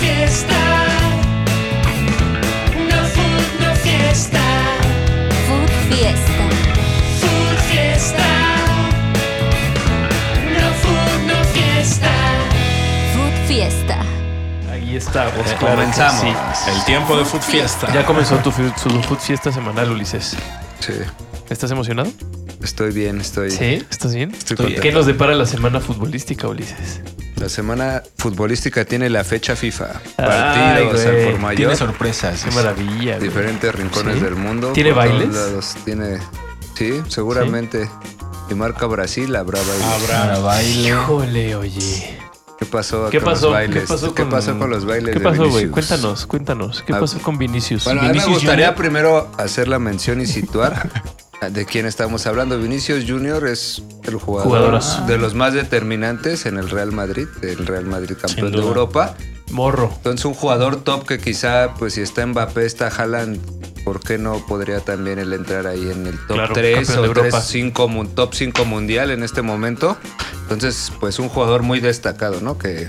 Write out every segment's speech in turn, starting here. fiesta. No food, no fiesta. Food Fiesta. Food fiesta. No food, no fiesta. Food Fiesta. Ahí está, pues, Eh, claro que comenzamos. sí. El tiempo de Food Fiesta. Ya comenzó tu, fi- su food fiesta semanal, Ulises. Sí, ¿Estás emocionado? estoy bien, estoy, ¿Estás bien? estoy Estoy bien. ¿Qué contento. nos depara la semana futbolística, Ulises? La semana futbolística tiene la fecha FIFA. Ay, Partidos güey. al por mayor. Tiene sorpresas. Pues, Qué maravilla. güey. diferentes rincones ¿Sí? del mundo. ¿Tiene por todos bailes? lados, tiene, sí, seguramente. Y marca Brasil, habrá bailes. Habrá baile. Híjole, oye. ¿Qué pasó ¿Qué con pasó? los bailes? ¿Qué pasó con, con los bailes ¿Qué de pasó, güey? Vinicius? Cuéntanos, cuéntanos. ¿Qué Ah, pasó con Vinicius? Bueno, a mí me Vinicius gustaría Junior. primero hacer la mención y situar de quién estamos hablando. Vinicius Junior es el jugador Jugadorazo. de los más determinantes en el Real Madrid, el Real Madrid campeón de duda. Europa. Morro. Entonces un jugador top que quizá, pues si está Mbappé, está Haaland, ¿por qué no podría también él entrar ahí en el top Claro, 3 campeón de o Europa. 3, 5, mu- top 5 mundial en este momento? Entonces, pues un jugador muy destacado, ¿no? Que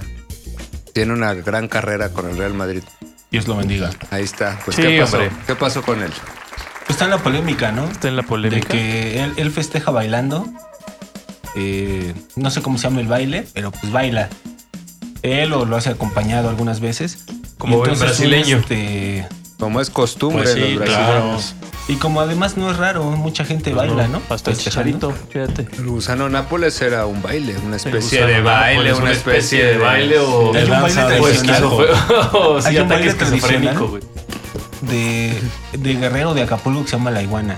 tiene una gran carrera con el Real Madrid. Dios lo bendiga. Pues Ahí está. Pues, Sí, ¿qué, pasó? hombre. ¿Qué pasó con él? Está en la polémica, ¿no? Está en la De polémica. que él, él festeja bailando. Eh, no sé cómo se llama el baile, pero pues baila. Él o lo hace acompañado algunas veces. Como Y buen entonces, brasileño. este, Como es costumbre Pues sí, en los claro. brasileños. y como además no es raro, mucha gente baila, ¿no? Pues Hasta el Festejando. chicharito, fíjate. El gusano Nápoles era un baile, una especie gusano de baile, Nápoles, pues, una especie de baile o Hay un baile danza de- o tradicional. esquizofre- Hay sí, un ataque baile esquizofrénico, tradicional. güey. de, de Guerrero de Acapulco que se llama La Iguana,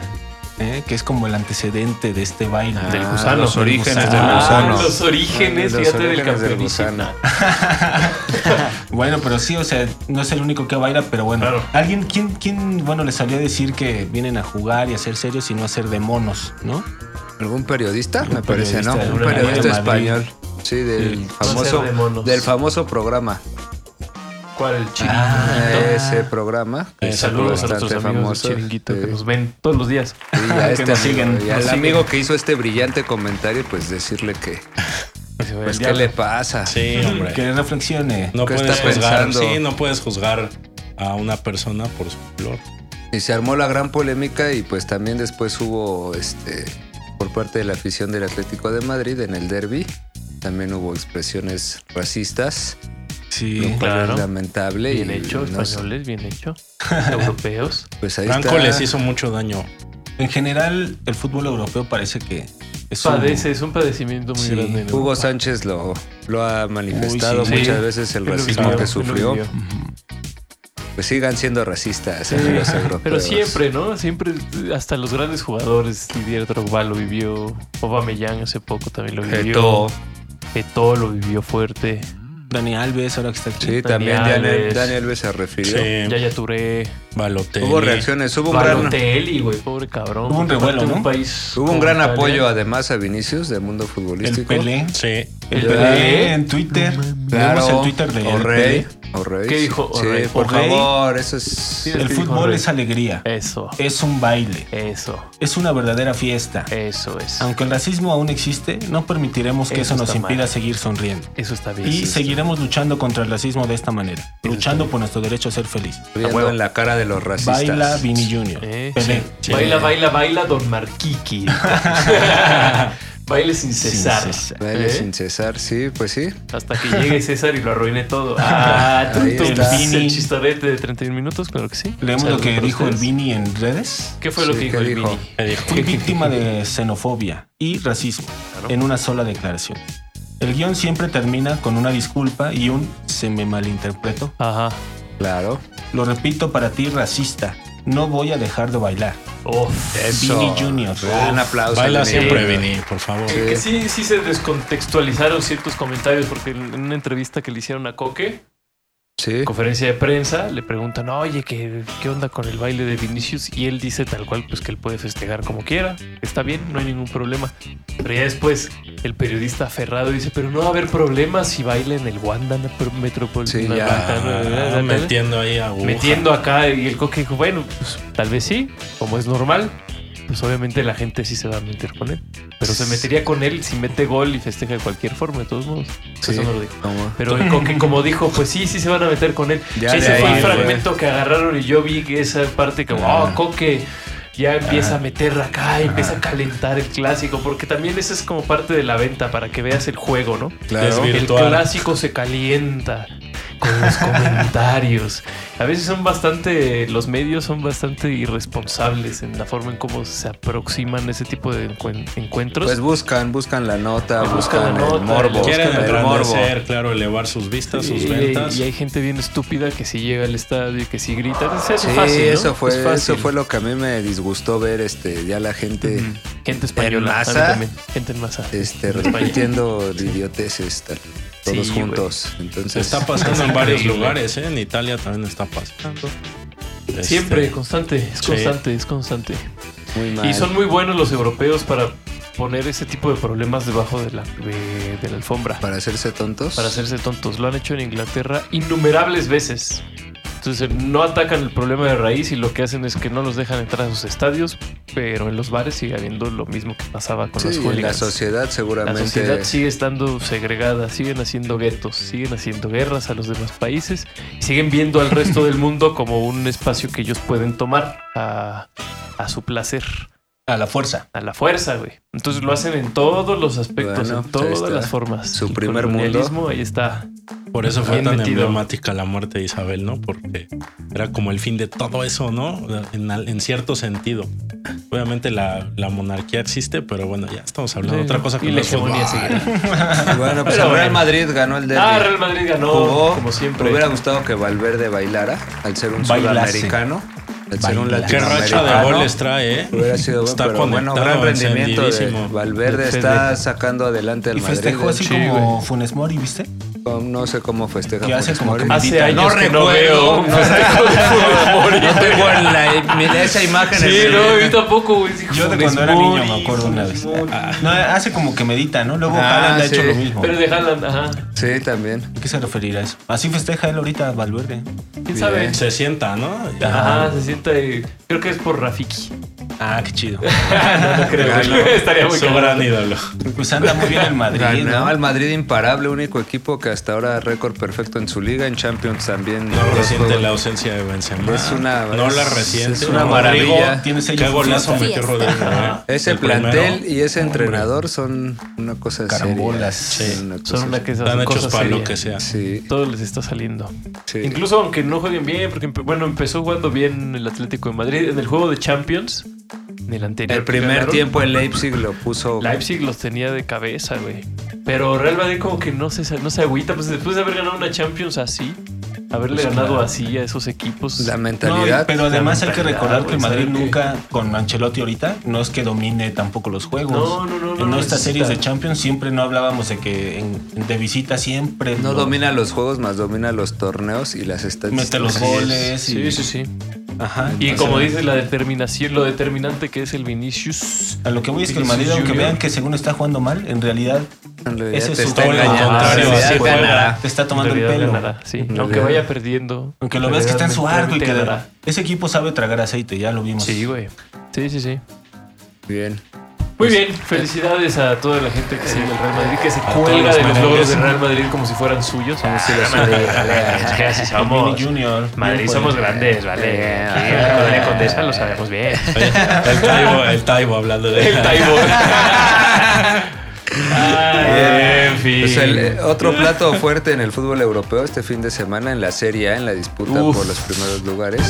¿eh? que es como el antecedente de este baile. Del Ah, gusano. Los orígenes gusano. del Ah, gusano. los orígenes, Los fíjate, del orígenes del campeonísimo. gusano. Bueno, pero sí, o sea, no es el único que baila, pero bueno. Claro. Alguien, ¿quién, quién, bueno, le salió a decir que vienen a jugar y a ser serios y no a ser de monos, ¿no? ¿Algún periodista? Me parece, periodista ¿no? de Un Real periodista Madrid. español. Sí, del Sí. Ser famoso de monos. del famoso programa. ¿Cuál? Ah, El chiringuito. Ese programa. Eh, saludos a bastante nuestros amigos famoso, este, del chiringuito que sí. nos ven todos los días. Y a Que este nos amigo, siguen, y al nos siguen. amigo que hizo este brillante comentario, pues decirle que, pues, ¿qué le pasa? Sí, hombre. Que reflexione. No ¿Qué puedes está juzgar. pensando? Sí, no puedes juzgar a una persona por su color. Y se armó la gran polémica y pues también después hubo, este, por parte de la afición del Atlético de Madrid en el derby, también hubo expresiones racistas, Sí. lo cual claro. es lamentable. Bien y hecho, no sé, españoles, bien hecho. Europeos. pues ahí Franco está. les hizo mucho daño. En general, el fútbol europeo parece que es un- Padece, es un padecimiento muy Sí, grande. ¿no? Hugo Sánchez lo, lo ha manifestado Uy, sí. muchas Sí. veces el Él lo racismo vivió, que él lo sufrió. vivió. Pues sigan siendo racistas, Sí, amigos europeos. Pero siempre, ¿no? Siempre, hasta los grandes jugadores, Didier Drogba lo vivió, Aubameyang hace poco también lo vivió, Eto'o. Eto'o lo vivió fuerte, Dani Alves, ahora que está aquí. Sí, también Daniel Daniel, Alves. Daniel Alves se refirió. Sí, Yaya Touré, Balotelli. Hubo reacciones, hubo un gran, Balotelli, güey, pobre cabrón. Hubo un Aparte revuelo, de Un ¿no? país hubo un como gran Italia. apoyo además a Vinicius del mundo El futbolístico. Pelé. Sí. El El Pelé Pelé. en Twitter. Vemos Claro, el Twitter de El O'Reilly. Pelé. O'Reilly. ¿Qué dijo O'Reilly? Sí, por O'Reilly. favor, eso es... Sí, El ¿Qué Este dijo fútbol Rey? es alegría. Eso, Es un baile. eso, Es una verdadera fiesta. eso es. Aunque el racismo aún existe, no permitiremos que Eso eso, nos está mal. impida seguir sonriendo. Eso está bien. Y seguiremos luchando contra el racismo de esta manera, luchando por nuestro derecho a ser feliz. Viendo en la cara de los racistas. Baila Vini Jr. Eh, Pelé. sí. Baila, baila, baila, don Marquiqui. Baile sin cesar. Sin cesar. Baila ¿Eh? sin cesar, sí, pues sí. Hasta que llegue César y lo arruine todo. Ah, tú, Ahí tú, está. el, Vini. chistorete de 31 minutos, claro que sí. Leemos Saludos lo que para dijo el ustedes. Vini en redes. ¿Qué fue lo Sí, que dijo ¿qué el dijo? Vini? Me dijo. Fui víctima de xenofobia y racismo en una sola declaración. El guión siempre termina con una disculpa y un se me malinterpretó. Ajá. Claro. Lo repito para ti, racista. No voy a dejar de bailar. Uf. Eso. Junior. Un aplauso. Baila Vini. siempre, Vini, por favor. Sí. Que sí, sí se descontextualizaron ciertos comentarios porque en una entrevista que le hicieron a Coque, Sí. conferencia de prensa, le preguntan, oye, ¿qué, ¿qué onda con el baile de Vinicius? Y él dice tal cual, pues que él puede festejar como quiera, está bien, no hay ningún problema. Pero ya después el periodista aferrado dice, pero no va a haber problemas si baila en el Wanda Metro- Sí, Metropolitano. ya. Ah, metiendo ahí aguja. metiendo acá y el coque dijo, bueno, pues tal vez sí, como es normal. pues obviamente la gente sí se va a meter con él. Pero se metería con él si mete gol y festeja de cualquier forma, de todos modos. Sí, Eso no lo digo. ¿cómo? Pero con que como dijo, pues sí, sí se van a meter con él. Ya Ese de fue ahí, el güey. fragmento que agarraron y yo vi que esa parte como, Ah. oh, Coque ya empieza a meter acá, empieza a calentar el clásico, porque también esa es como parte de la venta para que veas el juego, ¿no? Claro. Desvi- El Virtual. clásico se calienta con los comentarios. A veces son bastante, los medios son bastante irresponsables en la forma en cómo se aproximan ese tipo de encuent- encuentros. Pues buscan, buscan la nota, Buscan la buscan, nota, el morbo, Quieren buscan el morbo. engrandecer, claro, elevar sus vistas, sus Y- ventas. Y hay gente bien estúpida que si llega al estadio y que si grita. Es eso Sí, fácil, ¿no? eso Es fue, fácil. eso fue lo que a mí me disgustó ver, este, ya la gente, Ujú. Gente española. en a mí masa. también. Gente en masa. este, En España. repitiendo idioteces, tal, todos Sí, güey. juntos. Se Entonces, está pasando en varios Increíble. lugares, ¿eh? En Italia también está pasando. Este, Siempre, constante. Es Sí. constante, es constante. muy mal. Y son muy buenos los europeos para poner ese tipo de problemas debajo de la, de, de la alfombra. para hacerse tontos. Para hacerse tontos. Lo han hecho en Inglaterra innumerables veces. Entonces no atacan el problema de raíz y lo que hacen es que no los dejan entrar a sus estadios, pero en los bares sigue habiendo lo mismo que pasaba con Sí, los en la hooligans. sociedad La seguramente. sociedad sigue estando segregada, siguen haciendo guetos, siguen haciendo guerras a los demás países, y siguen viendo al resto del mundo como un espacio que ellos pueden tomar a, a su placer, A la fuerza. a la fuerza, güey. Entonces lo hacen en todos los aspectos, Bueno, en ahí todas está. las formas. Su El primer mundo. colonialismo, Ahí está. Por eso fue Bien tan metido. emblemática la muerte de Isabel, ¿no? Porque era como el fin de todo eso, ¿no? En, al- en cierto sentido. Obviamente la, la monarquía existe, pero bueno, ya estamos hablando de otra cosa que y no la es fútbol. hegemonía sigue. Bueno, pues Pero el Real bueno. Madrid ganó el derbi. Ah, Real Madrid ganó, Jugó. como siempre. Me hubiera gustado que Valverde bailara al ser un Bailase. sudamericano, al ser un Qué latinoamericano. racha de goles trae, ¿eh? Hubiera sido bueno, pero bueno, gran rendimiento de encendidísimo. Valverde Desde- está sacando adelante al Y Madrid. festejó así Sí, como Funes Mori, ¿viste? No- No sé cómo festeja. Que hace Funes como Mori. que- Hace Invita. años No que no recuerdo, veo un no festejo de fútbol morir. No tengo en la- mi- esa imagen en Sí, mi- no, yo tampoco, güey. Yo de Funes cuando era niño Mori, me acuerdo una Funes vez. Mori. Ah, No, hace como que medita, ¿no? Luego Ah, Haaland ha hecho sí. lo mismo. Pero de Haaland, ajá. Sí, también. ¿A qué se referirá eso? Así festeja él ahorita Valverde. ¿Quién sabe? Se sienta, ¿no? Ajá, se sienta y... Creo que es por Rafiki. Ah, qué chido. no, no creo. Ganó. güey. Estaría muy Su cabrón. gran ídolo. Pues anda muy bien el Madrid, Ganaba ¿no? el Madrid imparable, único equipo que hasta ahora récord perfecto en su liga, en Champions también. No Dos resiente juegos. la ausencia de Benzema. Es una- no la es- resiente. es una No, maravilla. Rodrigo, Tiene sello Qué golazo fiesta. metió Rodrigo. ¿eh? Ese El plantel primero. y ese entrenador son una cosa seria. Carambolas. Son una cosa Son una que esas Están hechos cosas para lo serias. que sea. Sí, Todo les está saliendo. sí. Incluso aunque no jueguen bien, porque empe- bueno, empezó jugando bien el Atlético de Madrid en el juego de Champions. En el anterior. el pues primer Ganaron. tiempo el Leipzig lo puso. Leipzig los tenía de cabeza, güey. Pero Real Madrid como que no se, no se agüita. Pues después de haber ganado una Champions así, haberle ganado así a esos equipos. La No, mentalidad. pero además hay que mentalidad, recordar que el güey, Madrid sabe que- nunca, con Ancelotti ahorita, no es que domine tampoco los juegos. No, no, no, no, En no necesita. estas series de Champions siempre no hablábamos de que en- de visita siempre. no lo- domina los juegos, más domina los torneos y las estadísticas. Mete los goles. Sí, y- sí, sí. Ajá. Y Entonces, como dices, la determinación, lo determinante que es el Vinicius. A lo que voy es que el Vinicius Madrid, aunque Junior. vean que según está jugando mal, en realidad En realidad Ese te es está su gol, engañando. al contrario, En realidad así juega. ganará. te está tomando en el realidad pelo. ganará, sí. En Aunque realidad. vaya perdiendo. Aunque lo veas que está en su arco y que ganará. ese equipo sabe tragar aceite, ya lo vimos. Sí, güey. Sí, sí, sí. Bien. Muy bien, felicidades a toda la gente que sigue el Real Madrid, que se todos cuelga los de los merengues. logros del Real Madrid como si fueran suyos. Como si Ah, los El Mini Junior. bien por él. grandes, ¿vale? Aquí en la colonia Condesa lo sabemos bien. Oye, El Taibo, el Taibo hablando de El Taibo. Ay, en fin. Pues el, eh, otro plato fuerte en el fútbol europeo este fin de semana en la Serie A, en la disputa Uf. por los primeros lugares.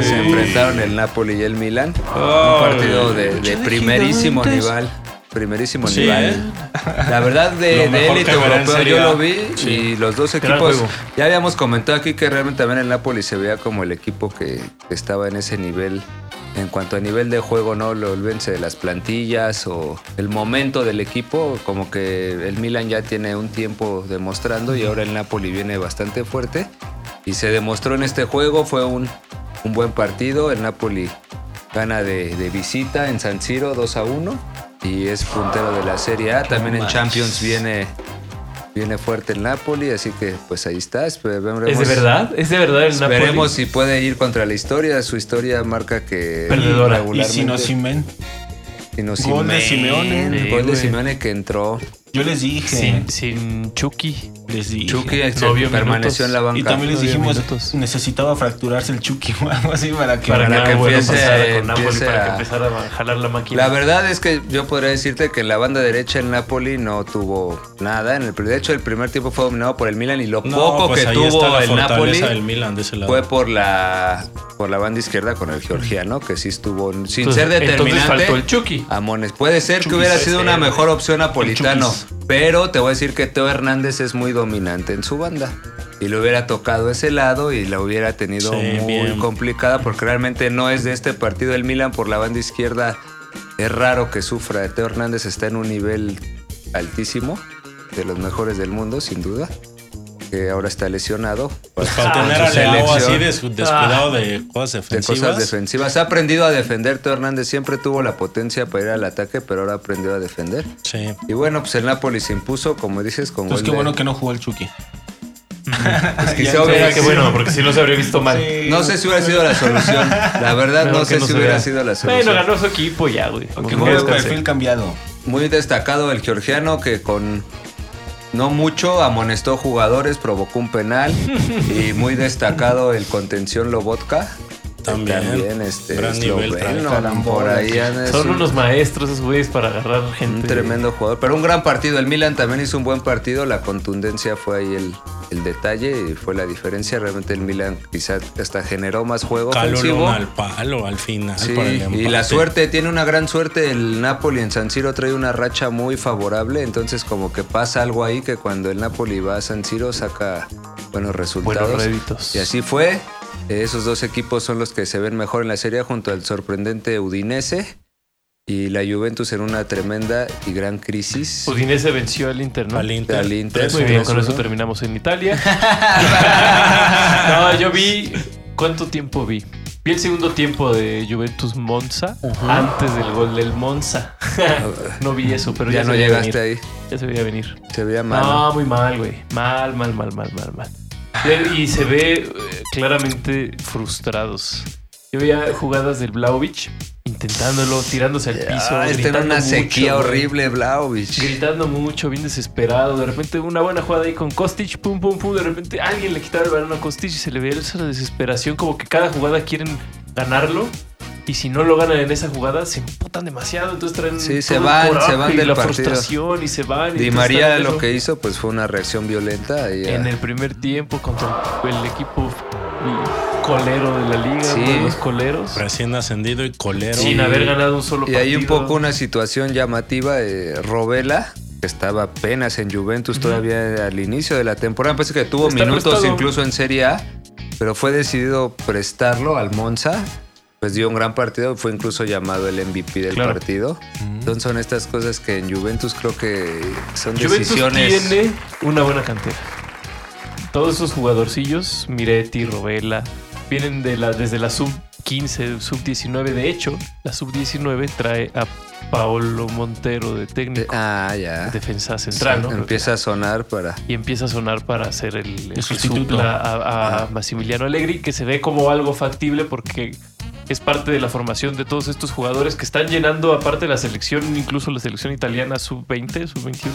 Se enfrentaron el Napoli y el Milan. Un partido de, de primerísimo nivel. Primerísimo Sí, nivel. ¿eh? La verdad, de, Lo de mejor élite que verá en europeo Serie yo A. lo vi y los dos Gran equipos. juego. Ya habíamos comentado aquí que realmente también el Napoli se veía como el equipo que que estaba en ese nivel. En cuanto a nivel de juego, no lo olvídense de las plantillas o el momento del equipo, como que el Milan ya tiene un tiempo demostrando y ahora el Napoli viene bastante fuerte y se demostró en este juego. Fue un, un buen partido. El Napoli gana de, de visita en San Siro 2 a 1 y es puntero de la Serie A. También en Champions viene, viene fuerte el Napoli, así que pues ahí está. Espe- veremos- ¿Es de verdad? ¿Es de verdad el Napoli? Veremos si puede ir contra la historia. Su historia marca que Perdedora. Y si no, regularmente- Simen. Sino Gol de Simeone. Sí, Gol de güey. Simeone que entró. Yo les dije. Sin, sin Chucky. Les dije. Chucky no se vio permaneció minutos. en la banca. Y también les Todavía dijimos, minutos. necesitaba fracturarse el Chucky o algo así para que... Para que Abuelo empiece- pasara con Napoli, empiece para que a- empezara a jalar la máquina. La verdad es que yo podría decirte que en la banda derecha el Napoli no tuvo nada. En el, de hecho, el primer tiempo fue dominado por el Milan y lo No, poco pues que ahí está tuvo la el Napoli fortaleza del Milan de ese lado. fue por la por la banda izquierda con el georgiano, que sí estuvo sin Entonces- ser determinante. Entonces faltó el Chucky. Amones, puede ser que Chukis, hubiera puede sido ser, una güey. mejor opción napolitano, Chukis. pero te voy a decir que Teo Hernández es muy dominante en su banda. Y le hubiera tocado ese lado y la hubiera tenido Sí, muy bien. complicada porque realmente no es de este partido el Milan por la banda izquierda. Es raro que sufra. Teo Hernández está en un nivel altísimo, de los mejores del mundo, sin duda. Que ahora está lesionado. Pues para Con tener su a Leao así selección des- descuidado de cosas Ah. de defensivas. cosas defensivas. Ha aprendido a defender. Teo Hernández siempre tuvo la potencia para ir al ataque, pero ahora aprendió a defender. Sí. Y bueno, pues el Napoli se impuso, como dices, con Entonces gol Pues qué de- bueno que no jugó el Chucky. pues, quizá ya, hubiera Sí, qué sido- bueno, porque si no se habría visto mal. No sé si hubiera sido la solución. La verdad, Mejor no que sé si se hubiera vea. sido la solución. Bueno, ganó su equipo ya, güey. Que Como jugó de que descanse. perfil cambiado. Muy destacado el georgiano que con no mucho amonestó jugadores, provocó un penal. y muy destacado el contención Lobotka. que También. este, Gran nivel trae esloveno, por carambola. ahí anda, es Son un- unos maestros esos güeyes para agarrar gente. Un tremendo jugador, pero un gran partido. El Milan también hizo un buen partido. La contundencia fue ahí el, el detalle y fue la diferencia. Realmente el Milan quizá hasta generó más juego Calulón ofensivo. al palo al final. Sí, para el y empate. la suerte, tiene una gran suerte. El Napoli en San Siro trae una racha muy favorable. Entonces, como que pasa algo ahí que cuando el Napoli va a San Siro saca buenos resultados. Buenos réditos. Y así fue. Eh, Esos dos equipos son los que se ven mejor en la serie junto al sorprendente Udinese y la Juventus en una tremenda y gran crisis. Udinese venció al Inter, ¿no? Al Inter. Al Inter. Tres Muy bien, uno, con eso ¿no? terminamos en Italia. no, yo vi. ¿Cuánto tiempo vi? Vi el segundo tiempo de Juventus Monza antes del gol del Monza. no vi eso, pero ya, ya se no veía llegaste venir. ahí. Ya se veía venir. Se veía mal. Ah, No, muy mal, güey. Mal, mal, mal, mal, mal, mal. Eh, Y se ve eh, claramente frustrados. Yo veía jugadas del Blaovic intentándolo, tirándose al piso. Ah, está en gritando una mucho, sequía güey. horrible, Vlaovic. Gritando mucho, bien desesperado. De repente, una buena jugada ahí con Kostic, pum, pum, pum. De repente, alguien le quitaba el balón a Kostic y se le veía esa desesperación. Como que cada jugada quieren ganarlo. Y si no lo ganan en esa jugada, se emputan demasiado. Entonces traen. Sí, se todo el van, se coraje van y del la partido. frustración y se van. y Di entonces María traen lo eso que hizo pues fue una reacción violenta. y ya. En el primer tiempo contra el equipo colero de la liga, Sí. uno de los coleros. Recién ascendido y colero. Sin haber ganado un solo Y partido. hay un poco una situación llamativa. eh, Robela, que estaba apenas en Juventus todavía al inicio de la temporada, parece que tuvo Está minutos prestado. incluso en Serie A, pero fue decidido prestarlo al Monza. Pues dio un gran partido, fue incluso llamado el MVP del Claro. partido. Entonces son estas cosas que en Juventus creo que son Juventus decisiones. tiene una buena cantera. Todos esos jugadorcillos, Miretti, Robela, vienen de la, desde la sub 15, sub 19. De hecho, la sub 19 trae a Paolo Montero de técnico, Ah, ya. defensa central, ¿no? Empieza a sonar para. y empieza a sonar para hacer el, el sustituto. supla a, a Massimiliano Allegri, que se ve como algo factible porque es parte de la formación de todos estos jugadores que están llenando, aparte de la selección, incluso la selección italiana sub-20, sub-21,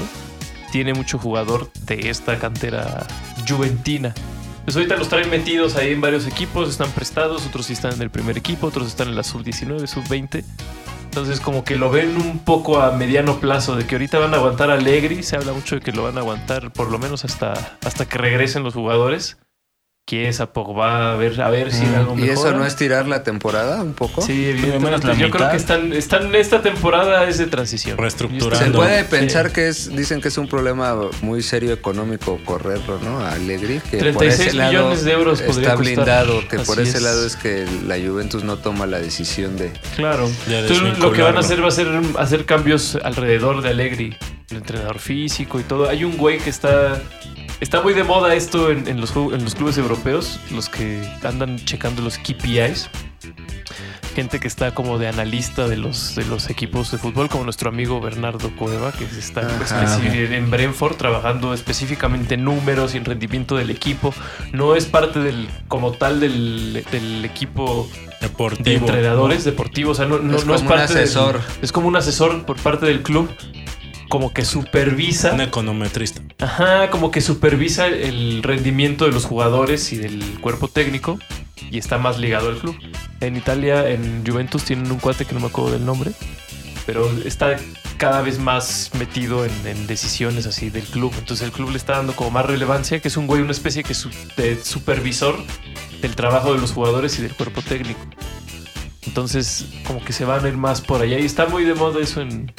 tiene mucho jugador de esta cantera juventina. Pues ahorita los traen metidos ahí en varios equipos, están prestados, otros sí están en el primer equipo, otros están en la sub-19, sub-20. Entonces como que lo ven un poco a mediano plazo, de que ahorita van a aguantar a Allegri, se habla mucho de que lo van a aguantar por lo menos hasta, hasta que regresen los jugadores, que es a Pogba, a ver, a ver si en algo Mm, ¿Y eso mejora. no es tirar la temporada un poco? Sí, menos la evidentemente. Yo creo mitad. que están, están esta temporada es de transición. Reestructurando. Se Ando- puede Sí. pensar que es, dicen que es un problema muy serio económico correrlo, ¿no? A Allegri, que 36 millones de euros está podría costar. blindado, que por Así ese es. lado es que la Juventus no toma la decisión de... Claro. De Entonces, lo que desvincularlo. van a hacer va a ser hacer cambios alrededor de Allegri, el entrenador físico y todo. Hay un güey que está está muy de moda esto en, en los, ju- en los clubes europeos, los que andan checando los KPIs. Gente que está como de analista de los, de los equipos de fútbol, como nuestro amigo Bernardo Cueva, que está Ajá, especi- en Brentford trabajando específicamente en números y en rendimiento del equipo. No es parte del, como tal del, del equipo de deportivo. entrenadores deportivos. O sea, no, no- Es no es como un parte del- asesor. es como un asesor por parte del club. Como que supervisa. Un econometrista. Ajá, como que supervisa el rendimiento de los jugadores y del cuerpo técnico y está más ligado al club. En Italia, en Juventus, tienen un cuate que no me acuerdo del nombre, pero está cada vez más metido en, en decisiones así del club. Entonces el club le está dando como más relevancia, que es un güey, una especie que su- de supervisor del trabajo de los jugadores y del cuerpo técnico. Entonces, como que se van a ir más por allá. Y está muy de moda eso en,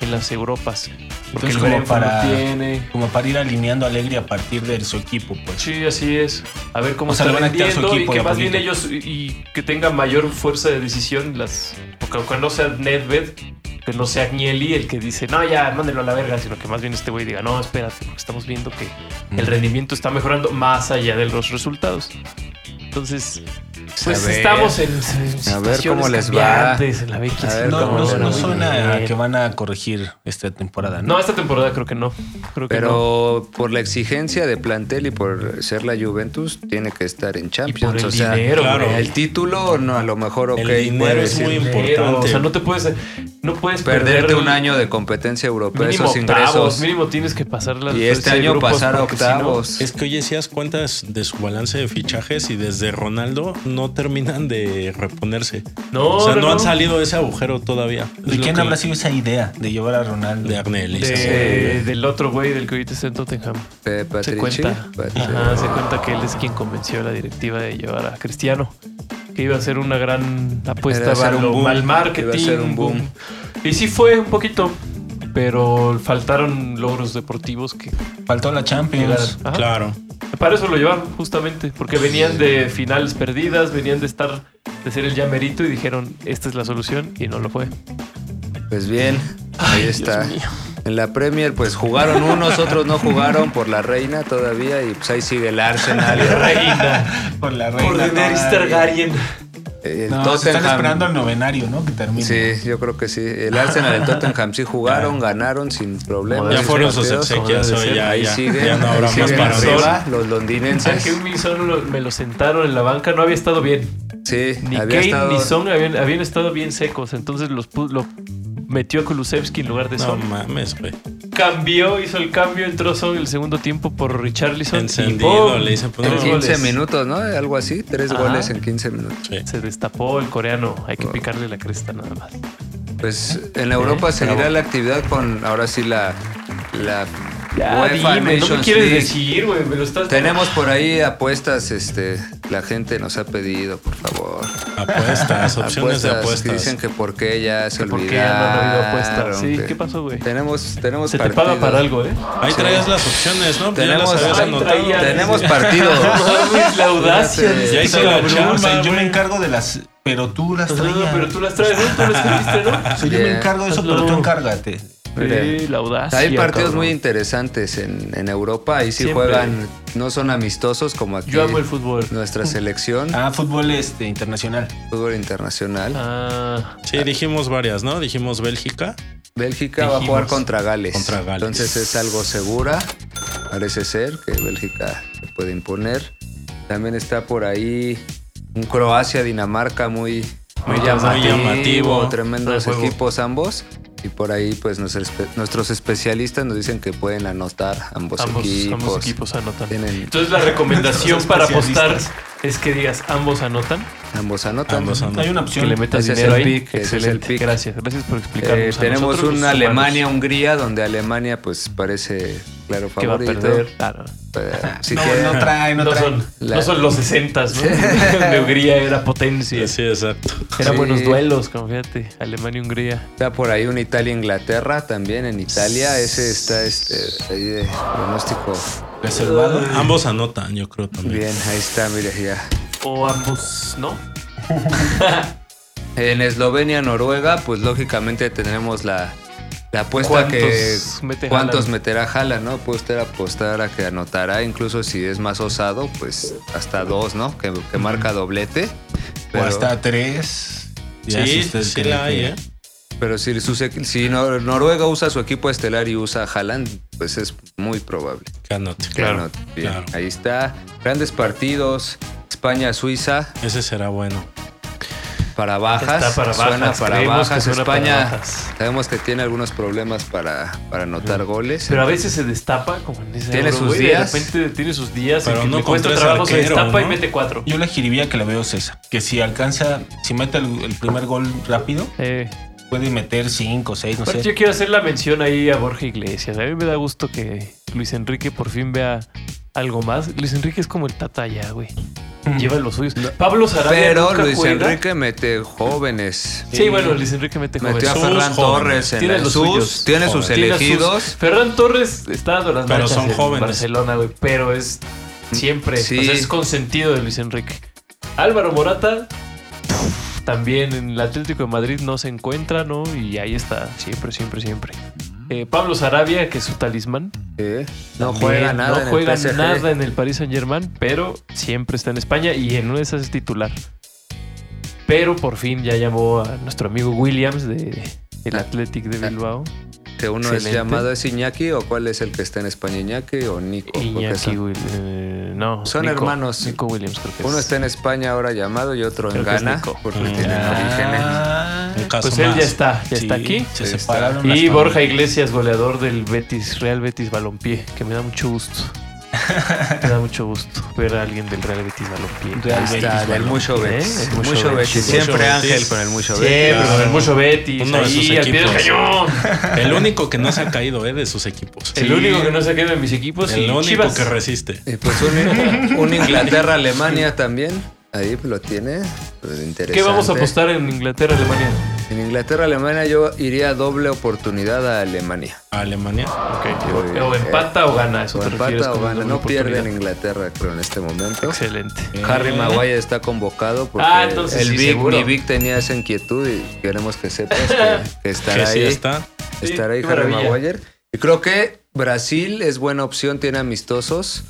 en las Europas. Porque Entonces, el como Brentford no para- tiene. Como para ir alineando a Alegre a partir de su equipo, pues. Sí, así es. A ver cómo O sea, está le van a quitar su vendiendo y equipo que de más poquito. bien ellos y- y que tengan mayor fuerza de decisión las porque que no sea Nedved, que no sea Agnelli el que dice, "No, ya, mándenlo a la verga", sino que más bien este güey diga, "No, espérate, porque estamos viendo que Mm. el rendimiento está mejorando más allá de los resultados." Entonces, pues A ver. estamos en, en A ver cómo situaciones les va. cambiantes en la B15. A ver No, no, no, Ahora, muy suena a bien. que van a corregir esta temporada, ¿no? No, esta temporada creo que no. Creo que no. Pero por la exigencia de plantel y por ser la Juventus, tiene que estar en Y por Champions. el o sea, dinero, claro. güey. el título, no, a lo mejor, ok. El dinero puede es ser. muy Pero, importante. O sea, no te puedes, no puedes Perderte perder un el- año de competencia europea, Mínimo esos ingresos. octavos, mínimo tienes que pasar la y fase este de año grupos pasar a porque si no- octavos. eh, Es que hoy hacías cuentas de su balance de fichajes y desde Ronaldo no terminan de reponerse. No, o sea, no, no, no. han salido de ese agujero todavía. Es ¿De lo quién que- habrá sido esa idea de llevar a Ronaldo? De Agnelli. sí. de- del otro güey del que ahorita está en Tottenham. Eh, Se Patrici, cuenta. Patri- Ajá, se cuenta que él es quien convenció a la directiva de llevar a Cristiano. Que iba a ser una gran apuesta Era hacer para un lo boom, mal iba a marketing. ser un boom. Y sí fue un poquito, pero faltaron logros deportivos que Faltó la Champions. Ajá. Claro. Para eso lo llevaron, justamente, porque venían de finales perdidas, venían de estar, de ser el llamerito y dijeron, esta es la solución y no lo fue. Pues bien, ahí está. En la Premier, pues jugaron unos, otros no jugaron por la reina todavía. Y pues ahí sigue el Arsenal. Reina. Por la Por Daenerys todavía. Targarien. el No, se Tottenham. están esperando al novenario, ¿no? Que termine. Sí, yo creo que sí. El Arsenal, el Tottenham sí jugaron, ganaron sin problemas. Ya Sí, fueron sus partidos. exequias como debe hoy. ser. Ya, Ahí ya, siguen, ya no ahí habrá más siguen para los- ver. los A Heung londinenses. Min Son lo- me lo sentaron en la banca, no había estado bien. Sí, Ni había Kane estado- ni Son habían, habían estado bien secos, entonces los pu- lo metió a Kulusevski en lugar de No Son. mames, güey. Cambió, hizo el cambio, entró Son el segundo tiempo por Richarlison. y Encendido, ¡pum! le dicen, pues en no, Tres 15 goles. minutos, ¿no? Algo así, tres Ajá. goles en 15 minutos. sí. Se destapó el coreano, hay Oh. que picarle la cresta nada más. Pues en Europa Eh, seguirá la actividad con ahora sí la, la Ya, UEFA dime, no me Nations quieres League. decir, güey, me lo estás... Tenemos por ahí apuestas, este, la gente nos ha pedido, por favor. Apuestas, opciones de que apuestas. dicen que por qué ya se ¿Por olvidaron. qué ya no ha habido apuestas? Sí, que- ¿qué pasó, güey? Tenemos, tenemos Se te paga partidos. para algo, ¿eh? Ahí traías las opciones, ¿no? Ya las Tenemos- habías Ahí anotado. traía. Tenemos Sí. partidos. mames, la audacia. Sí. Ya hice la O sea, chamba, yo me güey. encargo de las. Pero tú las Pues, No, traías. pero tú las traes, ¿no? Tú las escribiste, O sea, yo me Yeah. encargo de eso, Hazlo. pero tú encárgate. ¿no? Sí, la audacia. Hay partidos cabrón. muy interesantes en, en Europa. Ahí sí Siempre. juegan, no son amistosos como aquí. Yo amo el fútbol. Nuestra selección, Ah, fútbol este, internacional. fútbol internacional. Ah, Sí, dijimos varias, ¿no? Dijimos Bélgica. Bélgica va a jugar contra Gales. Contra Gales. Entonces es algo segura. Parece ser que Bélgica se puede imponer. También está por ahí un Croacia-Dinamarca muy, muy, Muy llamativo, llamativo. Tremendos Buen juego. equipos ambos. Y por ahí, pues nuestros, espe- nuestros especialistas nos dicen que pueden anotar ambos, ambos, equipos. ambos equipos anotan. Tienen- Entonces la recomendación para apostar especialistas. es que digas ambos anotan, ambos ah, anotan. Eh, Ambos anotan. Hay una Pues, que opción. le metas Ese es dinero el ahí. pick, ese es el Excelente. pick. Gracias, gracias por explicarnos. Eh, a tenemos nosotros, una los humanos, Alemania-Hungría, donde Alemania, pues parece claro que va a favorito. perder. Claro. Eh, si no, quieren- no trae, no, No trae. son, La- no son los 60, ¿no? De Hungría era potencia. Sí, exacto. Eran Sí. buenos duelos, confíate. Alemania y Hungría. Está por ahí un Italia-Inglaterra también. En Italia, ese está este, ahí de pronóstico. Reservado. Ambos anotan, yo creo también. Bien, ahí está, mire, ya. O ambos, ¿no? En Eslovenia-Noruega, pues lógicamente tenemos la, la apuesta ¿Cuántos que. mete ¿Cuántos Haaland? meterá Jala, no? Puede usted apostar a que anotará, incluso si es más osado, pues hasta dos, ¿no? Que, que marca doblete. O Pero, Ah, hasta tres. Ya si Sí, usted sí cree la hay, que- ¿eh? pero si, sus equi- si Nor- Noruega usa su equipo estelar y usa Haaland, pues es muy probable. Que anote. Claro, bien. claro. Ahí está. Grandes partidos. España, Suiza. Ese será bueno. para bajas. Está para suena bajas, para creemos que bajas. suena para España bajas. sabemos que tiene algunos problemas para, para anotar goles. Pero a veces se destapa, como en ese Tiene euro, sus güey, días. De repente tiene sus días. Pero en que no le contra cuesta ese trabajo, se arquero, destapa y ¿no? mete cuatro. Yo la jiribilla que le veo es esa. Que si alcanza, si mete el, el primer gol rápido, Eh, puede meter 5, 6, no aparte sé. yo quiero hacer la mención ahí a Borja Iglesias. A mí me da gusto que Luis Enrique por fin vea algo más. Luis Enrique es como el Tata ya, güey. Mm. Lleva los suyos. Pablo Sarabia Pero nunca Luis juega. Enrique mete jóvenes. Sí, bueno, Luis Enrique mete Metió jóvenes. a Sus Ferran jóvenes. Torres en Tiene el los SUS, suyos. tiene sus Tiene a sus- elegidos. Ferran Torres está dando las Pero marchas son en jóvenes. Barcelona, güey, pero es siempre Sí. o sea, es consentido de Luis Enrique. Álvaro Morata también en el Atlético de Madrid no se encuentra, ¿no? Y ahí está, siempre, siempre, siempre. Eh, Pablo Sarabia, que es su talismán. Sí. Mm. No también juega nada. en No el juega PSG. nada en el Paris Saint Germain, pero siempre está en España y en una de esas es titular. Pero por fin ya llamó a nuestro amigo Williams de el Athletic Ah. de Bilbao. Que uno es Excelente. llamado es Iñaki o cuál es el que está en España, Iñaki o Nico. porque Iñaki son- Williams. eh, no. Son hermanos. Nico Williams, creo que uno es. está en España ahora llamado y otro en Creo que es Ghana Nico. Ah. porque Mm. tienen Ah, orígenes. Un caso Pues él más. ya está, ya está Sí, aquí. Se Está. separaron las Y familias. Borja Iglesias, goleador del Betis, Real Betis Balompié, que me da mucho gusto. me da mucho gusto ver a alguien del Real Betis Balompié. Real Ahí Betis, Está, del balón. mucho ¿Eh? Betis. El Mucho Mucho Betis. Betis. Mucho Siempre Betis. Ángel con el mucho Siempre, Betis. Claro. el hermoso Betis, Uno de sus ahí, al pie del equipos. cañón. El único que no se ha caído eh, de sus equipos. El único que no se queda de mis equipos El y único Chivas. que resiste. Y pues un, un Inglaterra-Alemania también. Ahí lo tiene. Pues interesante. ¿Qué vamos a apostar en Inglaterra, Alemania? En Inglaterra-Alemania yo iría doble oportunidad a Alemania. A Alemania. Muy bien. O empata o gana, eso O te refieres empata o con gana. doble No pierde en oportunidad. Inglaterra, creo, en este momento. Excelente. Harry Maguire está convocado porque Ah, entonces el sí, Vic, seguro. mi Vic tenía esa inquietud y queremos que sepas que, que estará Que sí ahí, está. estará ahí Sí, qué Harry maravilla. Maguire. Y creo que Brasil es buena opción, tiene amistosos.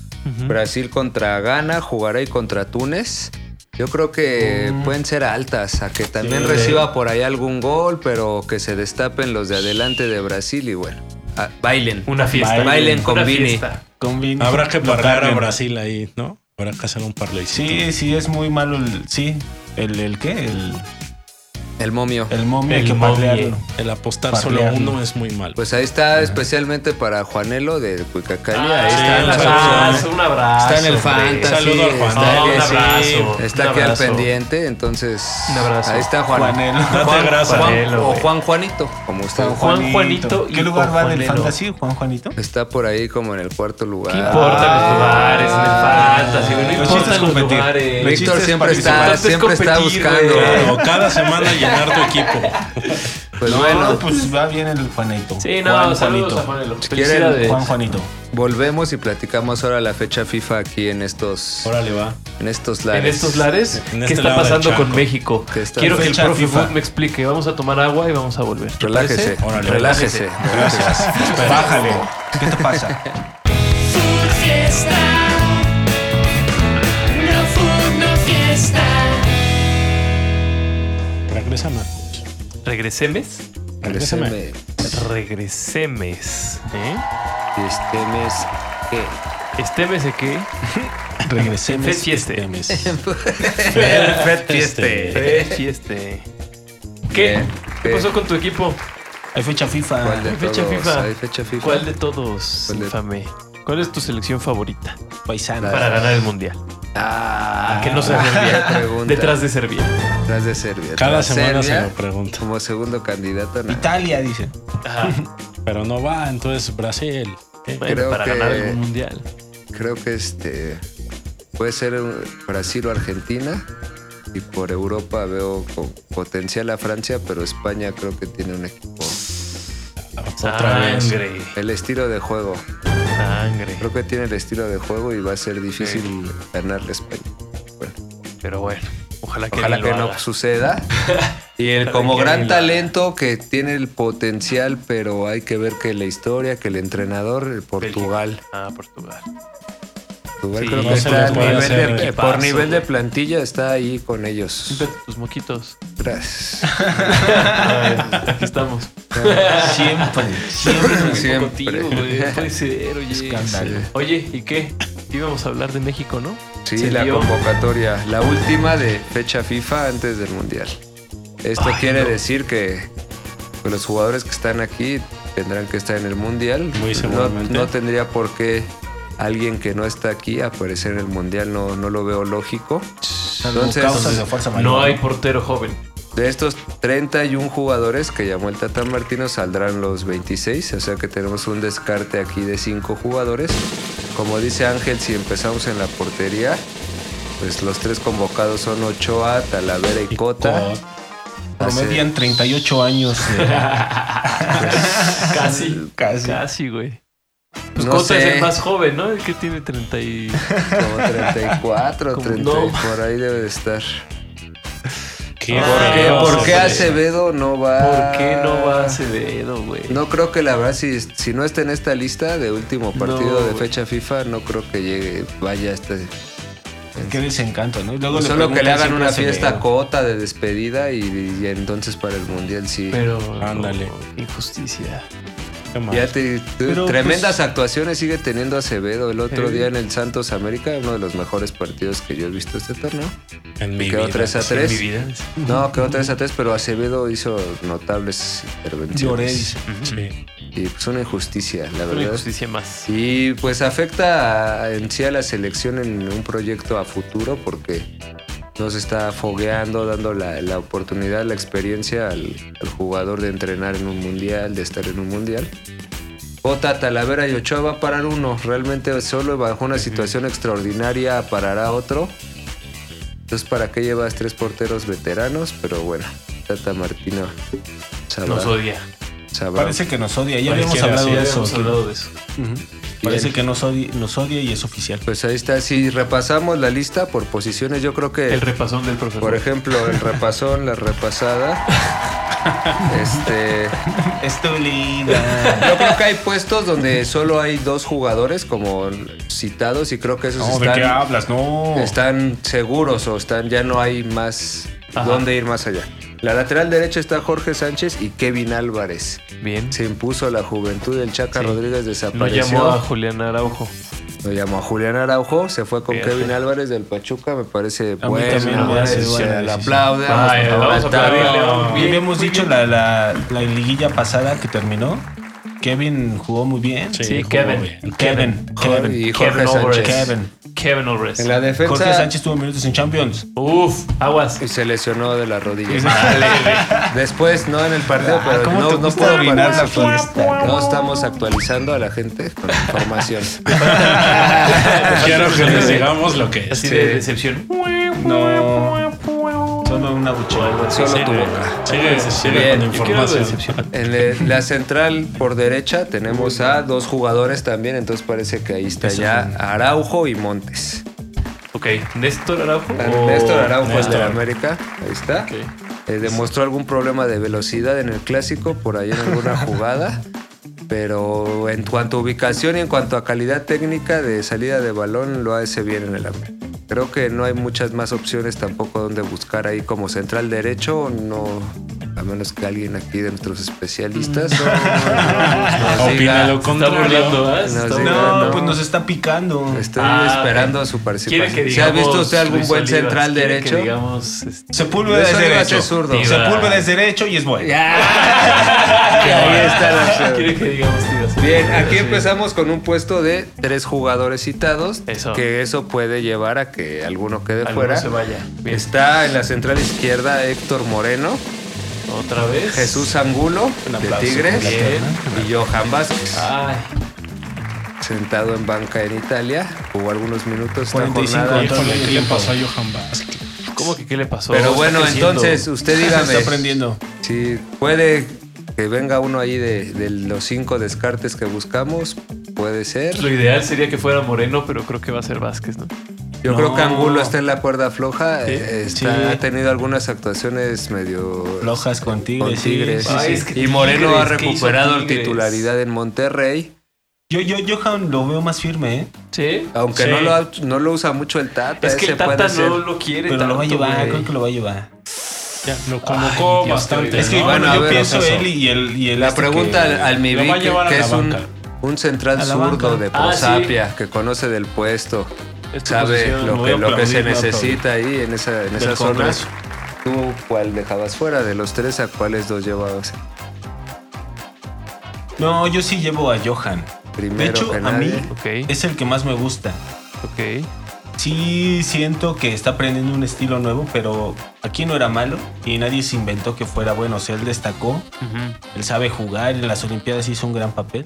Brasil contra Ghana, jugará ahí contra Túnez. Yo creo que Mm. pueden ser altas, a que también Sí. reciba por ahí algún gol, pero que se destapen los de adelante de Brasil y bueno, ah, bailen. Una fiesta. Bailen, bailen con Una Vini. fiesta. Con Vini. Habrá que Lo pargar a cargan. Brasil ahí, ¿no? Habrá que hacer un parleycito. Sí, sí, es muy malo el. Sí. ¿El, el qué? El, El momio. el momia El que momia. parlearlo. El apostar Parlear, solo a ¿no? uno es muy mal. Pues ahí está especialmente para Juanelo de Cuicacalia. Ah, ahí sí, están un las abrazo, opciones. un abrazo. Está en el hombre. Un fantasy. saludo al Juan. Está, No, un que sí, abrazo, está un aquí al abrazo. pendiente, entonces. Un abrazo. Ahí está Juan. Juanelo. Date Juan- grasa. Juan- Juanelo, o güey. Juan Juanito, como usted. Juan Juanito y ¿Qué lugar Juan va del Juanelo. fantasy, Juan Juanito? Está por ahí como en el cuarto lugar. ¿Qué importan Ah, los lugares en el fantasy? güey? No Los importan chistes los competir. lugares. Los Víctor chistes siempre está, participar. siempre está Es competir, buscando. güey. Claro, cada semana llenar tu equipo. Pues No, bueno, pues va bien el Juanito. Sí, no, Juan saludos a Juanito. Juanelo. quieren, Felicidades. Juan Juanito. volvemos y platicamos ahora la fecha FIFA aquí en estos, Órale, va. en estos En lares. estos lares, En ¿qué este está lado del pasando con charco. México? Que está- Quiero que el Fecha profe FIFA. Food me explique. Vamos a tomar agua y vamos a volver. ¿Te Relájese, parece? Órale, relájese. Gracias. Bájale. ¿Qué te pasa? Food Fiesta. No Food No Fiesta. Regrésame. Regresemes. Regrésame. Relájese. Regresemes. ¿Eh? Este mes que Este mes de qué? Regresemos. Fed fieste. Fed Fieste. Fed fieste. ¿Qué? Bien, ¿Qué bien. pasó con tu equipo? Hay fecha ¿Cuál de FIFA. Fecha todos? FIFA. Hay fecha FIFA. ¿Cuál de todos, ¿Cuál de- infame? ¿Cuál es tu selección favorita Paisana. para ganar el mundial? Ah, Que no sea buena Serbia. pregunta. Detrás de Serbia. Detrás de Serbia. Cada Tras semana se Serbia, lo pregunto. Como segundo candidato. no. Italia, dice. Ajá. Pero no va, entonces Brasil. ¿eh? Bueno, Creo para que- ganar el mundial. Creo que este puede ser un- Brasil o Argentina. Y por Europa veo con potencial a Francia, pero España creo que tiene un equipo. Otra vez. Pues, sangre. El estilo de juego. Sangre. Creo que tiene el estilo de juego y va a ser difícil ganarle a España. Bueno, Pero bueno, ojalá que, ojalá alguien que lo no haga. suceda. Y él Ojalá como que gran alguien lo haga. talento que tiene el potencial, pero hay que ver que la historia, que el entrenador, el Portugal. Ah, Portugal. Portugal Sí, creo no que se está le al puede nivel hacer de- equipazo, por nivel de güey. plantilla está ahí con ellos. Siempre tus moquitos. Gracias. Aquí estamos. Siempre. Siempre. Contigo, güey. No puede ser, oye. Escándalo. Oye, ¿y qué? Íbamos a hablar de México, ¿no? Sí, Se la dio. convocatoria, la última de fecha FIFA antes del Mundial. Esto Ay, quiere no. decir que pues, los jugadores que están aquí tendrán que estar en el mundial. Muy seguramente. No, no tendría por qué alguien que no está aquí aparecer en el mundial, no, no lo veo lógico. Salvo Entonces, causas de fuerza mayor. No hay portero joven. De estos 31 jugadores que llamó el Tatán Martino saldrán los 26, o sea que tenemos un descarte aquí de 5 jugadores. Como dice Ángel, si empezamos en la portería, pues los tres convocados son Ochoa, Talavera y Cota. Co- Promedian 38 años. eh, de edad. Casi. Casi. Casi, güey. Pues No Cota es sé. el más joven, ¿no? El que tiene 30 y... Como 34, Como 30, no. por ahí debe de estar. ¿Qué Ah, ¿Por qué, feo, no, ¿Por qué hombre. Acevedo no va? ¿Por qué no va Acevedo, güey? No creo que la verdad, si, si no está en esta lista de último partido No, de güey. fecha FIFA, no creo que llegue, vaya este. Qué desencanto, ¿no? Y luego le Pues Solo que preguntan le hagan siempre una a Acevedo. fiesta cota de despedida y, y entonces para el mundial sí. Pero... Ándale. no, injusticia. Qué mal. Ya te- tú- Pero, tremendas actuaciones sigue teniendo Acevedo. El otro Sí. día en el Santos América, uno de los mejores partidos que yo he visto este torneo. En mi quedó vida. tres a sí. tres. En mi vida. No, quedó 3 a 3, pero Acevedo hizo notables Lloré, intervenciones. dice. Sí. Y pues una injusticia, la Una verdad. injusticia más. Y pues afecta a- en sí a la selección en un proyecto a futuro porque nos está fogueando, dando la, la oportunidad, la experiencia al, al jugador de entrenar en un mundial, de estar en un mundial. Ota, Talavera y Ochoa va a parar uno. Realmente solo bajo una situación extraordinaria parará otro. Entonces, ¿para qué llevas tres porteros veteranos? Pero bueno, Tata Martino sabrá. Nos odia. sabrá. Parece que nos odia. Ya Parece habíamos que hablado sí, de Ya eso. hemos hablado de eso. Ujú. Parece que nos odia, nos odia y es oficial. Pues ahí está. Si repasamos la lista por posiciones, yo creo que, El repasón del profesor. por ejemplo, el repasón, la repasada. este. Estoy linda. Yo creo que hay puestos donde solo hay dos jugadores como citados y creo que esos No, ¿de qué están, hablas? No. están seguros o están ya no hay más Ajá. dónde ir más allá. La lateral derecha está Jorge Sánchez y Kevin Álvarez. Bien. Se impuso la juventud del Chaca Sí. Rodríguez No desapareció. llamó a Julián Araujo. Lo llamó a Julián Araujo, se fue con Fíjate. Kevin Álvarez del Pachuca, me parece A mí bueno, también me buena parece decisión. buena Le decisión. aplaude. vamos, Vaya, por favor, vamos a está aplaudirle, bien. vamos. Bien, Bien, hemos muy dicho bien. La, la, la liguilla pasada que terminó. Kevin jugó muy bien. Sí, Sí, jugó Kevin. bien. Kevin. Jorge- Kevin. Y Jorge Kevin Álvarez. Sánchez. Kevin. Kevin Alvarez. En la defensa Jorge Sánchez tuvo minutos en Champions. Uf, aguas. y se lesionó de la rodilla. Después, no en el partido, Ah, pero ¿cómo no, te no gusta puedo arruinar parar la la fiesta. fiesta? No estamos actualizando a la gente con información. Quiero que les digamos lo que es. Así de decepción. No. Solo una buchada. Solo tu boca. Sigue, sigue Bien, con Yo quiero algo de información. decepción. En la- la central por derecha tenemos a dos jugadores también, entonces parece que ahí está ya Araujo y Montes. Ok, Néstor Araujo. o- Néstor Araujo es de Néstor. América, ahí está. Oh, Ok. Eh, demostró algún problema de velocidad en el clásico por ahí en alguna jugada. Pero en cuanto a ubicación y en cuanto a calidad técnica de salida de balón, lo hace bien en el hambre. Creo que no hay muchas más opciones tampoco donde buscar ahí como central derecho, no, a menos que alguien aquí de nuestros especialistas no, no, nos diga- Opina lo Está burlando, contrario. ¿ah? Se No, está sí, burlando. No, no. Este, pues nos está picando. Estoy Ah, esperando ok. su ¿Quiere que participación. ¿Se ha digamos visto usted algún Luis buen Olivas? central ¿Quiere derecho? Que digamos. este, Sepúlveda es Eso le va a derecho. ser zurdo. Ah. Sepúlveda es derecho y es bueno. Que ahí está la opción. ¿Quiere que digamos tío? Bien, aquí Sí. empezamos con un puesto de tres jugadores citados, Eso. que eso puede llevar a que alguno quede Alguno fuera. se vaya. Bien. Está en la central izquierda Héctor Moreno, Otra vez. Jesús Angulo de aplauso. Tigres Bien. Ah. y Johan Vázquez, Ay, sentado en banca en Italia, jugó algunos minutos esta 45 jornada. minutos. Híjole, ¿qué le pasó a Johan Vázquez? ¿cómo que qué le pasó? Pero Está bueno, creciendo. entonces usted Está dígame aprendiendo. si puede que venga uno ahí de, de los cinco descartes que buscamos, puede ser. Lo ideal sería que fuera Moreno, pero creo que va a ser Vázquez, ¿no? Yo No. creo que Angulo está en la cuerda floja. eh, está- Sí. Ha tenido algunas actuaciones medio Lojas con Tigres. con Tigres. sí, sí, Ay, sí. es que y Moreno Tigres, ha ¿qué hizo recuperado Tigres? titularidad en Monterrey. Yo, yo, Johan lo veo más firme, ¿eh? Sí. Aunque Sí. no, lo, ha- no lo usa mucho el Tata. Es que el ese Tata puede ser. no lo quiere. Pero lo va a tanto, llevar, güey. creo que lo va a llevar. Ya, lo convocó Ay, Dios, bastante. es Es ¿no? que Este, No, bueno, bueno, a yo ver, pienso o sea, él y el. y el La este pregunta que- al, al Mibi, lo va a que, llevar a que la es un, banca. un central A la zurdo banca. de Ah, sí. Prosapia, que conoce del puesto. Es tu Sabe posición. me lo voy que, a lo que se aplaudir, me voy a necesita ahí en esa, en del esa zona. Congreso. ¿Tú cuál dejabas fuera? De los tres, ¿a cuáles dos llevabas? No, yo sí llevo a Johan. Primero De hecho, que a mí nadie. Ok, es el que más me gusta. ok. Sí siento que está aprendiendo un estilo nuevo, pero aquí no era malo y nadie se inventó que fuera bueno. O sea, él destacó, Ujú. él sabe jugar, en las Olimpiadas hizo un gran papel.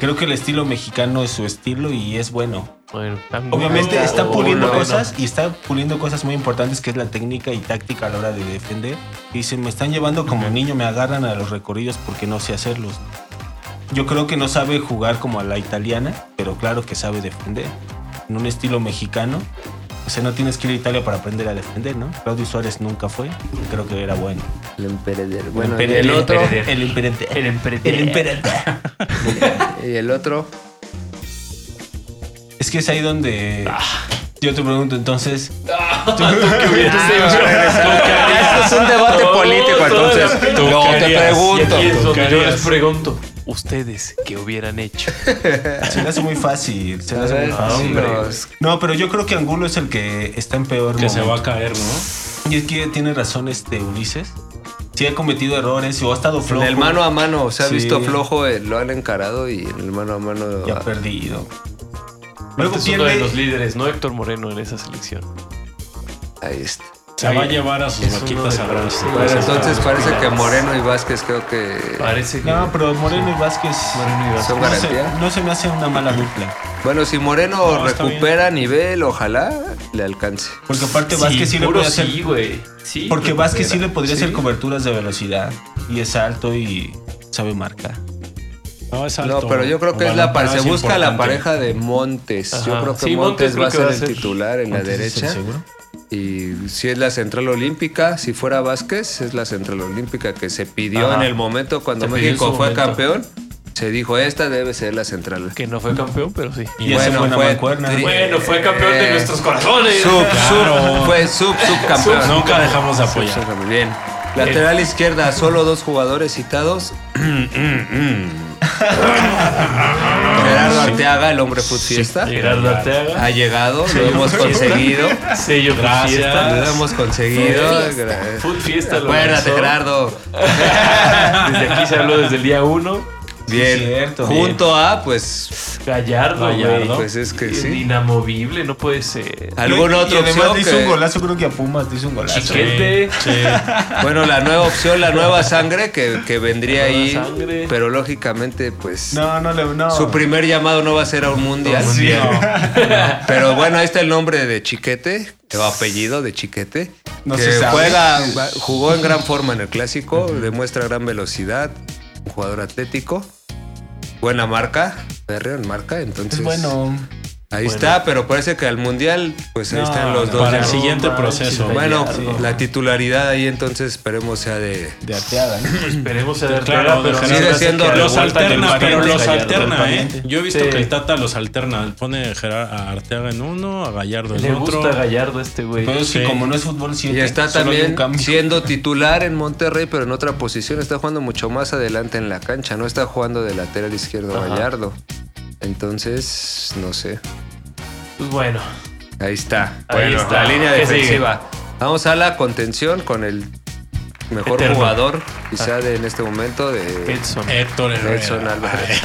Creo que el estilo mexicano es su estilo y es bueno. Bueno, tan- Obviamente No, está no, puliendo no. cosas y está puliendo cosas muy importantes que es la técnica y táctica a la hora de defender. Y se me están llevando como niño, me agarran a los recorridos porque no sé hacerlos. Yo creo que no sabe jugar como a la italiana, pero claro que sabe defender. En un estilo mexicano, o sea, no tienes que ir a Italia para aprender a defender, ¿no? Claudio Suárez nunca fue, creo que era bueno. El emperador. Bueno, Pero y el otro. El imperante. El imperante. El imperante. Y el otro. Es que es ahí donde Ah. yo te pregunto entonces, Ah, este Esto Ah, este es un debate Todo- político, todo entonces. debate. No, Tú te querías, pregunto. Y es Tú donde yo querías. les pregunto, ¿ustedes qué hubieran hecho? se le hace muy fácil, se le hace muy Ah, fácil. hombre. No, pero yo creo que Angulo es el que está en peor Que se momento. va a caer, ¿no? Y es que tiene razón este Ulises. Sí ha cometido errores o ha estado En flojo. el mano a mano, se ha Sí. visto flojo, eh, lo han encarado y en el mano a mano. ah, Y ha perdido. Luego Este es uno de los pierde. líderes, no Héctor Moreno en esa selección. Ahí está. Pues Se va a llevar a sus Es uno vaquitas de a los- brazos. Bueno, Bueno, Ese entonces está parece que complicado. Moreno y Vázquez creo que Ah. Parece que No, pero Moreno y Vázquez. Moreno y Vázquez. son No se, garantía. no se me hace una mala dupla. Bueno, si Moreno No, está recupera nivel, ojalá le alcance. Porque aparte Vázquez sí le puro puede hacer. sí, güey. Sí, porque recupera. Vázquez sí le podría Sí. hacer coberturas de velocidad. Y es alto y sabe marcar. No, es No, alto. pero yo creo que es Balón la pareja. parado Se es busca la importante. pareja de Montes. Yo Ajá. creo que Sí, Montes, Montes creo va a que ser va a el ser- titular en la derecha. ¿Seguro? Y si es la central olímpica, si fuera Vázquez, es la central olímpica que se pidió Ajá. en el momento cuando Se pidió en México su fue momento. campeón. Se dijo, esta debe ser la central. Que no fue campeón, pero sí. Y esa fue una mancuerna. tri- Bueno, fue campeón de eh, nuestros corazones. Sub, Claro. sub, fue sub, subcampeón. Nunca dejamos de Sub, apoyar. sub, Bien. Lateral izquierda, solo dos jugadores citados. Gerardo Arteaga, el hombre fut fiesta. Gerardo Arteaga. Ha llegado, lo hemos Food Fiesta. conseguido. Sello Food Gracias. Lo Fiesta. hemos conseguido. Food Fiesta. Gra- Food Fiesta lo Acuérdate, lanzó. Gerardo. Desde aquí se habló desde el día uno. Bien. cierto. Junto a, pues, Gallardo, güey. Gallardo. pues es que sí. Inamovible, no puede ser. Algún Y otro además opción. le hizo que- un golazo, creo que a Pumas le hizo un golazo. Chiquete. bueno, la nueva opción, la nueva sangre que, que vendría La nueva ahí. sangre. Pero lógicamente, pues. No, no, le- no. Su primer llamado no va a ser a un mundial. Sí. Pero bueno, ahí está el nombre de Chiquete, o apellido de Chiquete. No que se sabe. juega, jugó en gran forma en el clásico, demuestra gran velocidad, un jugador atlético, buena marca, perreo en marca, entonces. Es bueno. Ahí está, pero parece que al mundial, pues ahí No, están los dos. Para ya. el siguiente manches, proceso. Gallardo. bueno, sí. la titularidad ahí entonces esperemos sea de. De arteada, ¿no? Esperemos a Claro, pero de sigue Gerardo. siendo que Los revuelta del alterna, pariente pero los Gallardo, alterna, del ¿eh? pariente. Yo he visto Sí. que el Tata los alterna. Pone Gerard- a Arteaga en uno, a Gallardo en Le otro. gusta Gallardo este güey. Pero si Sí. como no es fútbol 7, Y está solo hay un también cambio. siendo titular en Monterrey, pero en otra posición. Está jugando mucho más adelante en la cancha. No está jugando de lateral izquierdo Ajá. Gallardo. Entonces, no sé. Pues bueno, Ahí está. Ahí Bueno, está. la línea ¿Qué sigue? defensiva. Vamos a la contención con el mejor Eterno. jugador, quizá de, en este momento, de Edson. Ah, Héctor Herrera. Edson Álvarez.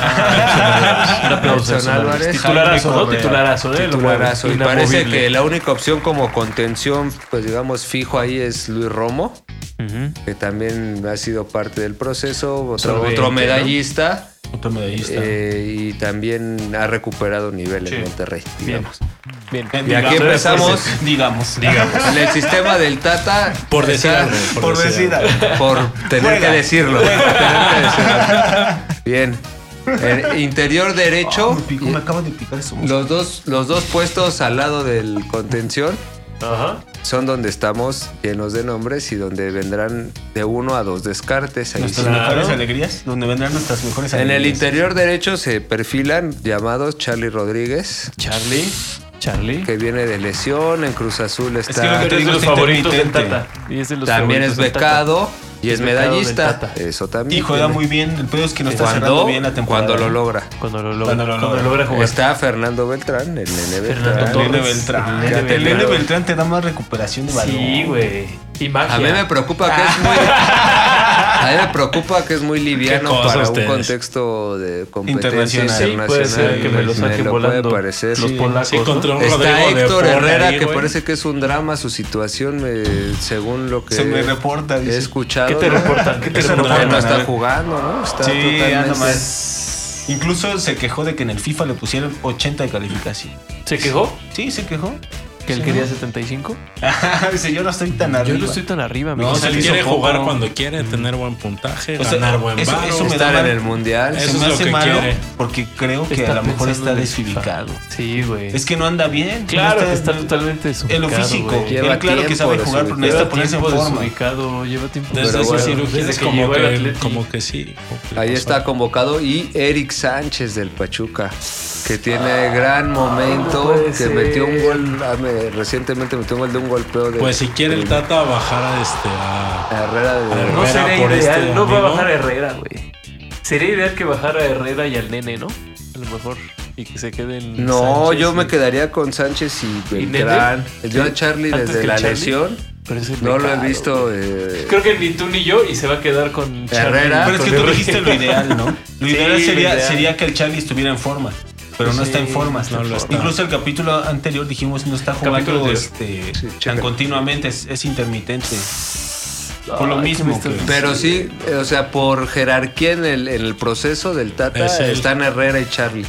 Un aplauso, Edson Álvarez. Titularazo, ¿no? Jaime Correa. Titularazo, ¿eh? Lo Titularazo. Y mueve. parece Inamovible. que la única opción como contención, pues digamos, fijo ahí es Luis Romo. Ujú. que también ha sido parte del proceso, otro, Solvente, otro ¿no? medallista Otro medallista. eh, y también ha recuperado nivel Sí. en Monterrey. Bien. digamos. Bien. Eh, Y aquí Digamos, empezamos digamos. en el sistema del Tata. Por decir está- algo, Por decir algo. Por tener Juega. que decirlo. por tener que decirlo. Bien. El interior derecho. Ah, me, picó, me acaba de picar eso. Los dos, los dos puestos al lado del contención Ajá. son donde estamos llenos de nombres y donde vendrán de uno a dos descartes. Ahí Nuestras sí. mejores alegrías, donde vendrán nuestras mejores En alegrías. el interior derecho se perfilan llamados Charlie Rodríguez, Charlie. Charlie. que viene de lesión, en Cruz Azul que lo está que- Es de digo, los está favoritos del intermitente. Tata. Y es de los también es favoritos del Tata. becado Y es pecado del medallista. Tata. Eso también. Y juega muy bien. El pedo es que no está cerrando cuando, bien la temporada. cuando lo logra. Cuando lo logra, Cuando lo logra. jugar. Está Fernando Beltrán, el nene Fernando Beltrán. Torres. Lene Beltrán. Lene Fíjate, Lene Beltrán. Beltrán te da más recuperación de balón. Sí, güey. Y magia. A mí me preocupa que es muy. A mí me preocupa que es muy liviano cosa para ustedes. un contexto de competencia Internacional. Sí, internacional. puede ser que me lo saquen volando puede parecer. los Sí. polacos. Sí, contra ¿no? un Rodrigo Está de Héctor Paul Herrera, ahí, que güey. parece que es un drama su situación, me- según lo que Se me reporta, he dice. escuchado. ¿Qué te ¿no? reportan? ¿Qué te Eso no Que reportan? no Bueno, a está ver. jugando, ¿no? Está Sí, anda totalmente- más. Incluso se quejó de que en el FIFA le pusieron 80 de calificación. ¿Se quejó? Sí, se quejó. ¿Que él Sí. quería 75? Dice, yo no estoy tan arriba. Yo no estoy tan arriba, No, amigo. O se sea, le él hizo quiere poco. jugar cuando quiere, tener buen puntaje, O sea, ganar buen eso- varo. eso me da Estar en mal. el mundial. Se Eso me es lo hace que malo quiere. porque creo que a lo mejor está desubicado. Sí, güey. Es que no anda bien. claro no que está totalmente En desubicado. lo físico. güey. Lleva Él claro que tiempo sabe jugar, pero desubicado. necesita Lleva ponerse en tiempo forma. desubicado, lleva tiempo Desde Pero esa bueno, cirugía desde es que como llegó al que, Atleti. como que sí. como que le Ahí pasó. está convocado y Eric Sánchez del Pachuca, que tiene gran momento, Ah, puede que ser. metió un gol, ah, me- recientemente metió un gol de un golpeo de Pues si quiere el Tata bajar a este a- Herrera de- Herrera. Ah, No Herrera sería por ideal, este no va a amigo. bajar a Herrera, güey. Sería ideal que bajara a Herrera y al nene, ¿no? A lo mejor. Y que se queden. No, Sánchez yo y- me quedaría con Sánchez y ¿Y Beltrán. Yo a Charlie ¿Antes desde que la Charlie? lesión Pero ese es no lo he pecado, visto. güey. eh, Creo que ni tú ni yo y se va a quedar con Charlie. Herrera. Pero es que Con tú Herrera. dijiste lo ideal, ¿no? Lo Sí, ideal, lo sería, ideal. sería que el Charlie estuviera en forma. Pero no Sí, está en forma. no lo está. Incluso el capítulo anterior dijimos no está Capítulo jugando anterior. este, Sí, tan checa. continuamente, es, es intermitente. Por lo Ay, qué mismo bestia. que- Pero sí, eh, o sea, por jerarquía en el, en el proceso del Tata Es él. están Herrera y Charlie.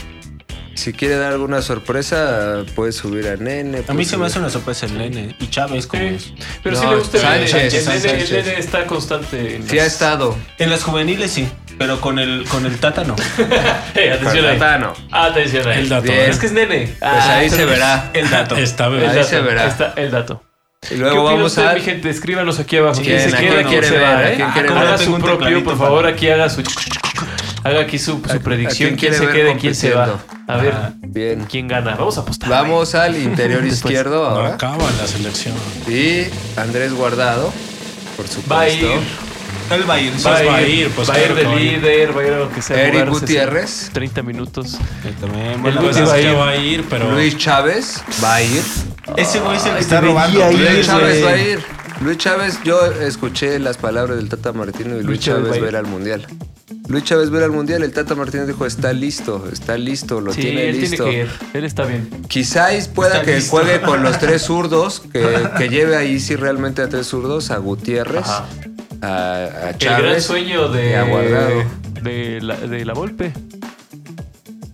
Si quiere dar alguna sorpresa, puede subir a Nene. A mí puede se me subir- hace una sorpresa el nene y Chávez como es. Pues Sí, Pero sí No, le gusta el nene. Sánchez, el, nene, el Sánchez. nene está constante. en Sí ha las- estado. En las juveniles sí, pero con el con el Tata no. Eh, atención ahí. Ah, Tano. Atención ahí. el dato. Bien. ¿eh? Es que es nene. Ah, Pues ahí se verá. El dato. Está El Ahí bebé. dato. se verá. Está el dato. Y ¿Qué luego opina vamos usted, a. mi gente? Escríbanos aquí abajo. Sí, ¿Quién se ¿a queda? quién ¿Quién quiere se ver? va? ¿A ¿eh? quién quiere Haga ver? su Tengo un propio, tecladito por para- favor, aquí haga su... Haga aquí su, su predicción. quién ¿Quién quiere se ver Ah, queda? ¿Quién se va? A ver, Bien. ¿quién gana? Vamos a apostar. Vamos al interior izquierdo No ahora. acaba la selección. Y Andrés Guardado, por Va a supuesto. ir... El Bayern. Va Pues a ir, pues va a ir claro de que va a ir. líder, va a ir a lo que sea. Eric jugarse Gutiérrez. sus 30 minutos. También, El bueno, Luis Pues es va a que ir. va a ir, pero Luis Chávez va a ir. Ese güey es el que Ay, está te veía robando. ahí, güey. Luis Chávez va a güey. ir. Luis Chávez, yo escuché las palabras del Tata Martino y Luis Luis Chávez va a Chávez ir. va a ir al Mundial. Luis Chávez va a ir al Mundial, el Tata Martino dijo, está listo, está listo, lo Sí, tiene él listo. tiene que ir. Él está bien. Quizás pueda Está que listo. juegue con los tres zurdos, que, que lleve ahí sí realmente a tres zurdos, a Gutiérrez, Ajá. a, a El gran Chávez. sueño de, y a Guardado. de, la, de la Volpe.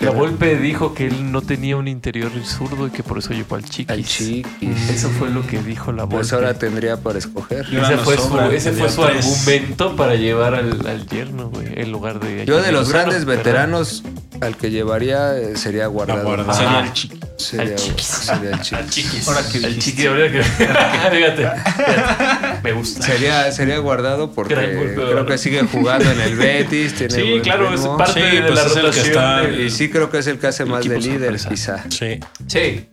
La Volpe dijo que él no tenía un interior zurdo y que por eso llegó al Chiquis. Al Chiquis. Eso fue lo que dijo la Volpe. Pues ahora tendría para escoger. Yo- ese nos fue, su, sobra, ese fue tenía su tres. argumento para llevar al, al yerno, güey, en lugar de... Yo de los Lozano, grandes perdón. veteranos al que llevaría eh, sería Guardado. A Guardado. Sería Ah. el chico. Sería, Al Chiquis. sería el Chiquis. Al Chiquis. Ahora que al dijiste. Chiquis. ahora que- Fíjate, fíjate. Me gusta. Sería, sería Guardado porque Gran golpe de creo balón. que sigue jugando en el Betis. Tiene Sí, buen claro, ritmo. es parte Sí, de pues la es el que rotación. está- del- Y sí creo que es el que hace más de equipo líder, sorpresa. quizá. sí. Sí.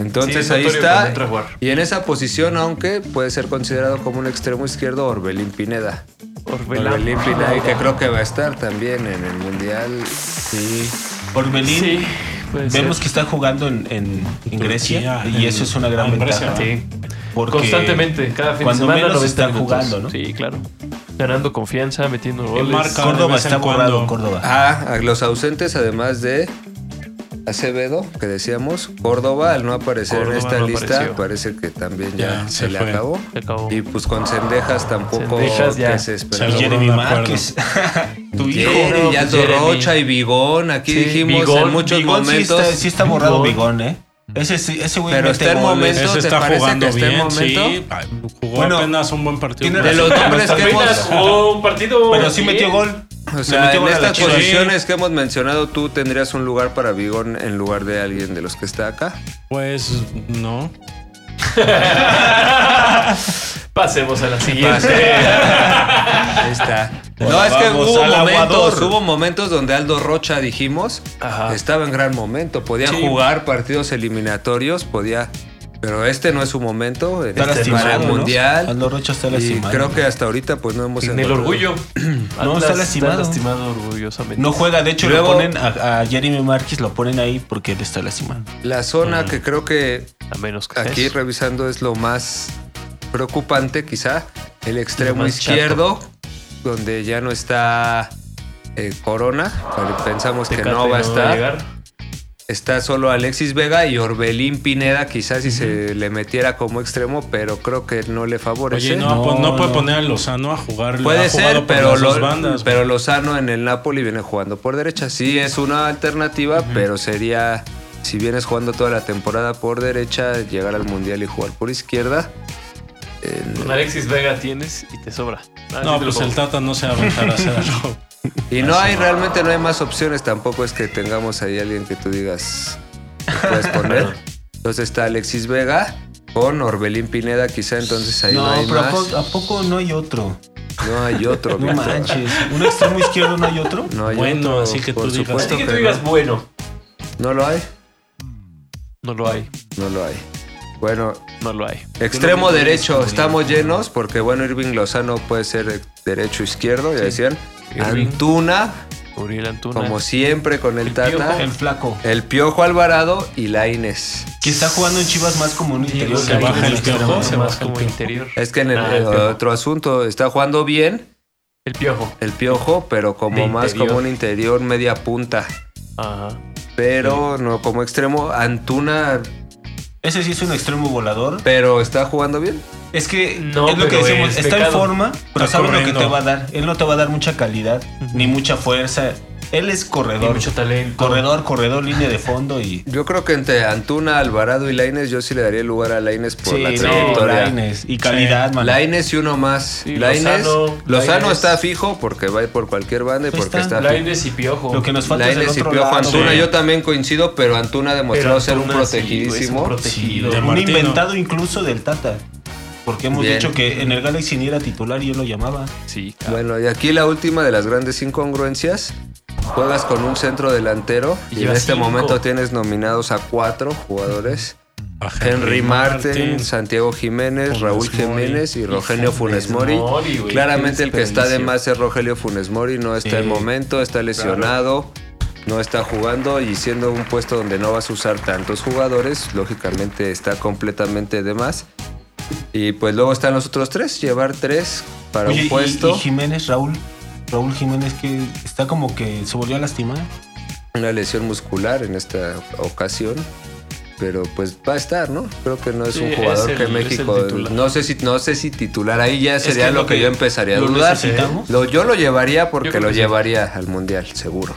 Entonces Sí, ahí notorio cuando está. entra a jugar. Y en esa posición, aunque puede ser considerado como un extremo izquierdo, Orbelín Pineda. Orbelán. Orbelín Pineda, y que creo que va a estar también en el Mundial. Sí. Orbelín. Sí, puede ser. Vemos que está jugando en, en- en Grecia Turquía, y en- eso es una gran en Grecia. ventaja. Sí. Porque Constantemente, cada fin cuando de semana menos 90 está minutos. jugando, ¿no? Sí, claro. Ganando confianza, metiendo goles. marca. de Córdoba vez en está cuando. borrado, Córdoba. Ah, a los ausentes, además de Acevedo, que decíamos, Córdoba, al no aparecer Córdoba en esta no lista, apareció. parece que también ya, Ya, se, se le fue. acabó. Se acabó. Y pues con Cendejas tampoco Cendejas ya. que se Se esperaba. Y logró Jeremy un acuerdo. Márquez. tu hijo. Jeremy, ya Jeremy. Rocha y Bigón, aquí Sí, dijimos Bigón, en muchos Bigón sí momentos. está, sí está borrado Bigón. Bigón, ¿eh? Ese, sí- ese güey Pero mete está el goles. momento. Ese ¿te está parece que jugando está en bien, sí. momento? Ay, Jugó Bueno, apenas un buen partido. tiene más. de los Pero nombres está que Apenas hemos. jugó un partido. Pero sí bien. metió gol. O Le sea, metió en gol a la estas Chivas. posiciones que hemos mencionado, tú tendrías un lugar para Bigón en lugar de alguien de los que está acá. Pues no. Pasemos a la siguiente. Pase. Ahí está. No, es que Vamos hubo al momentos, aguador. hubo momentos donde Aldo Rocha, dijimos, Ajá. estaba en gran momento. Podía Sí. jugar partidos eliminatorios, podía Pero este no es su momento. Este Está es para lastimado, el ¿no? mundial. Aldo Rocha está y lastimado. creo que hasta ahorita pues no hemos En el encontrado- orgullo. No, está lastimado. lastimado orgullosamente. No juega, de hecho Luego- lo ponen a, a Jeremy Márquez, lo ponen ahí porque él está lastimado. La zona que creo que A menos que aquí sea revisando es lo más preocupante quizá. El Lo extremo más izquierdo, donde ya no está eh, Corona. Pensamos que Tecate no va a estar. llegar. Está solo Alexis Vega y Orbelín Pineda, quizás si se le metiera como extremo, pero creo que no le favorece. Oye, no, No, pues, no no. puede poner a Lozano a jugar. Puede ha jugado ser, por pero, las dos lo- bandas, pero Lozano en el Napoli viene jugando por derecha. Sí, es una alternativa, pero sería, si vienes jugando toda la temporada por derecha, llegar al Mundial y jugar por izquierda. eh, Con Alexis Vega tienes y te sobra. Ah, sí No, te lo pues el pongo. Tata no se va a aventar a hacer algo. y no hay, realmente no hay más opciones. Tampoco es que tengamos ahí alguien que tú digas que puedes poner. Entonces está Alexis Vega con Orbelín Pineda, quizá entonces ahí no, no, hay pero ¿a más. pues, poco, ¿a poco no hay otro? No hay otro. No Víctor. manches. ¿Un extremo izquierdo no hay otro? No hay Bueno, otro, así que por tú digas. supuesto Así que que tú digas, no. bueno, No lo hay, no lo hay, no lo hay. Bueno, no lo hay. extremo derecho, estamos llenos porque bueno, Irving Lozano puede ser eh, derecho izquierdo, ya decían. Irving. Antuna, Uriel Antuna. como siempre con el, El Tata. Piojo. El flaco. El Piojo Alvarado y Laines. Que está jugando en Chivas más como un interior. se que baja un el extremo, piojo, ¿no? se más baja el como piojo. interior. Es que en el Ah, el Piojo. otro asunto está jugando bien El piojo. el Piojo, pero como De más interior. como un interior media punta. Ajá. Pero no como extremo, Antuna, Ese sí es un extremo volador. pero está jugando bien. Es que No, es lo que pero decimos, es está en pecado. forma, pero Está sabe lo que corriendo. te va a dar. Él no te va a dar mucha calidad, Ujú. ni mucha fuerza. Él es Tiene corredor. mucho talento. Corredor, corredor, línea de fondo y. Yo creo que entre Antuna, Alvarado y Laines, yo sí le daría el lugar a Laines por la Sí, no, trayectoria. Lainez. Y calidad, man. Laines y uno más. Sí, Lainez- Lozano, Lozano, Lainez. está fijo porque va a ir por cualquier banda y Ahí porque está. está, fijo. Lainez y piojo. Lo que nos falta es el Lainez y otro Piojo lado. Antuna, güey. yo también coincido, pero Antuna ha Pero demostrado ser un Antuna sí, güey, es protegidísimo. un protegido. Sí, de- Un Martino. inventado incluso del Tata. Porque hemos Bien. dicho que en el Galaxy ni era titular y él lo llamaba. Sí, cabrón. bueno, y aquí la última de las grandes incongruencias. Juegas con un centro delantero Y y, en llevas este cinco. momento tienes nominados a cuatro jugadores. A Henry Martin, Martin. Santiago Jiménez, Funes Raúl Mori. Jiménez y Rogelio Funes Mori. Mori, güey, Claramente qué el que está de desperdicio. más es Rogelio Funes Mori, no está Sí. en momento, está lesionado, no está jugando y siendo un puesto donde no vas a usar tantos jugadores, lógicamente está completamente de más. Y pues luego están los otros tres, llevar tres para Oye, y- un puesto. Y, Jiménez, Raúl. Raúl Jiménez que está como que se volvió a lastimar. Una lesión muscular en esta ocasión. Pero pues va a estar, ¿no? Creo que no es Sí, un es jugador el- que es el México. titular. No sé si, no sé si titular ahí ya que sería es lo lo que, que- yo empezaría a ¿Lo dudar. necesitamos? Lo- yo lo llevaría Yo porque creo lo que sí. llevaría al mundial, seguro.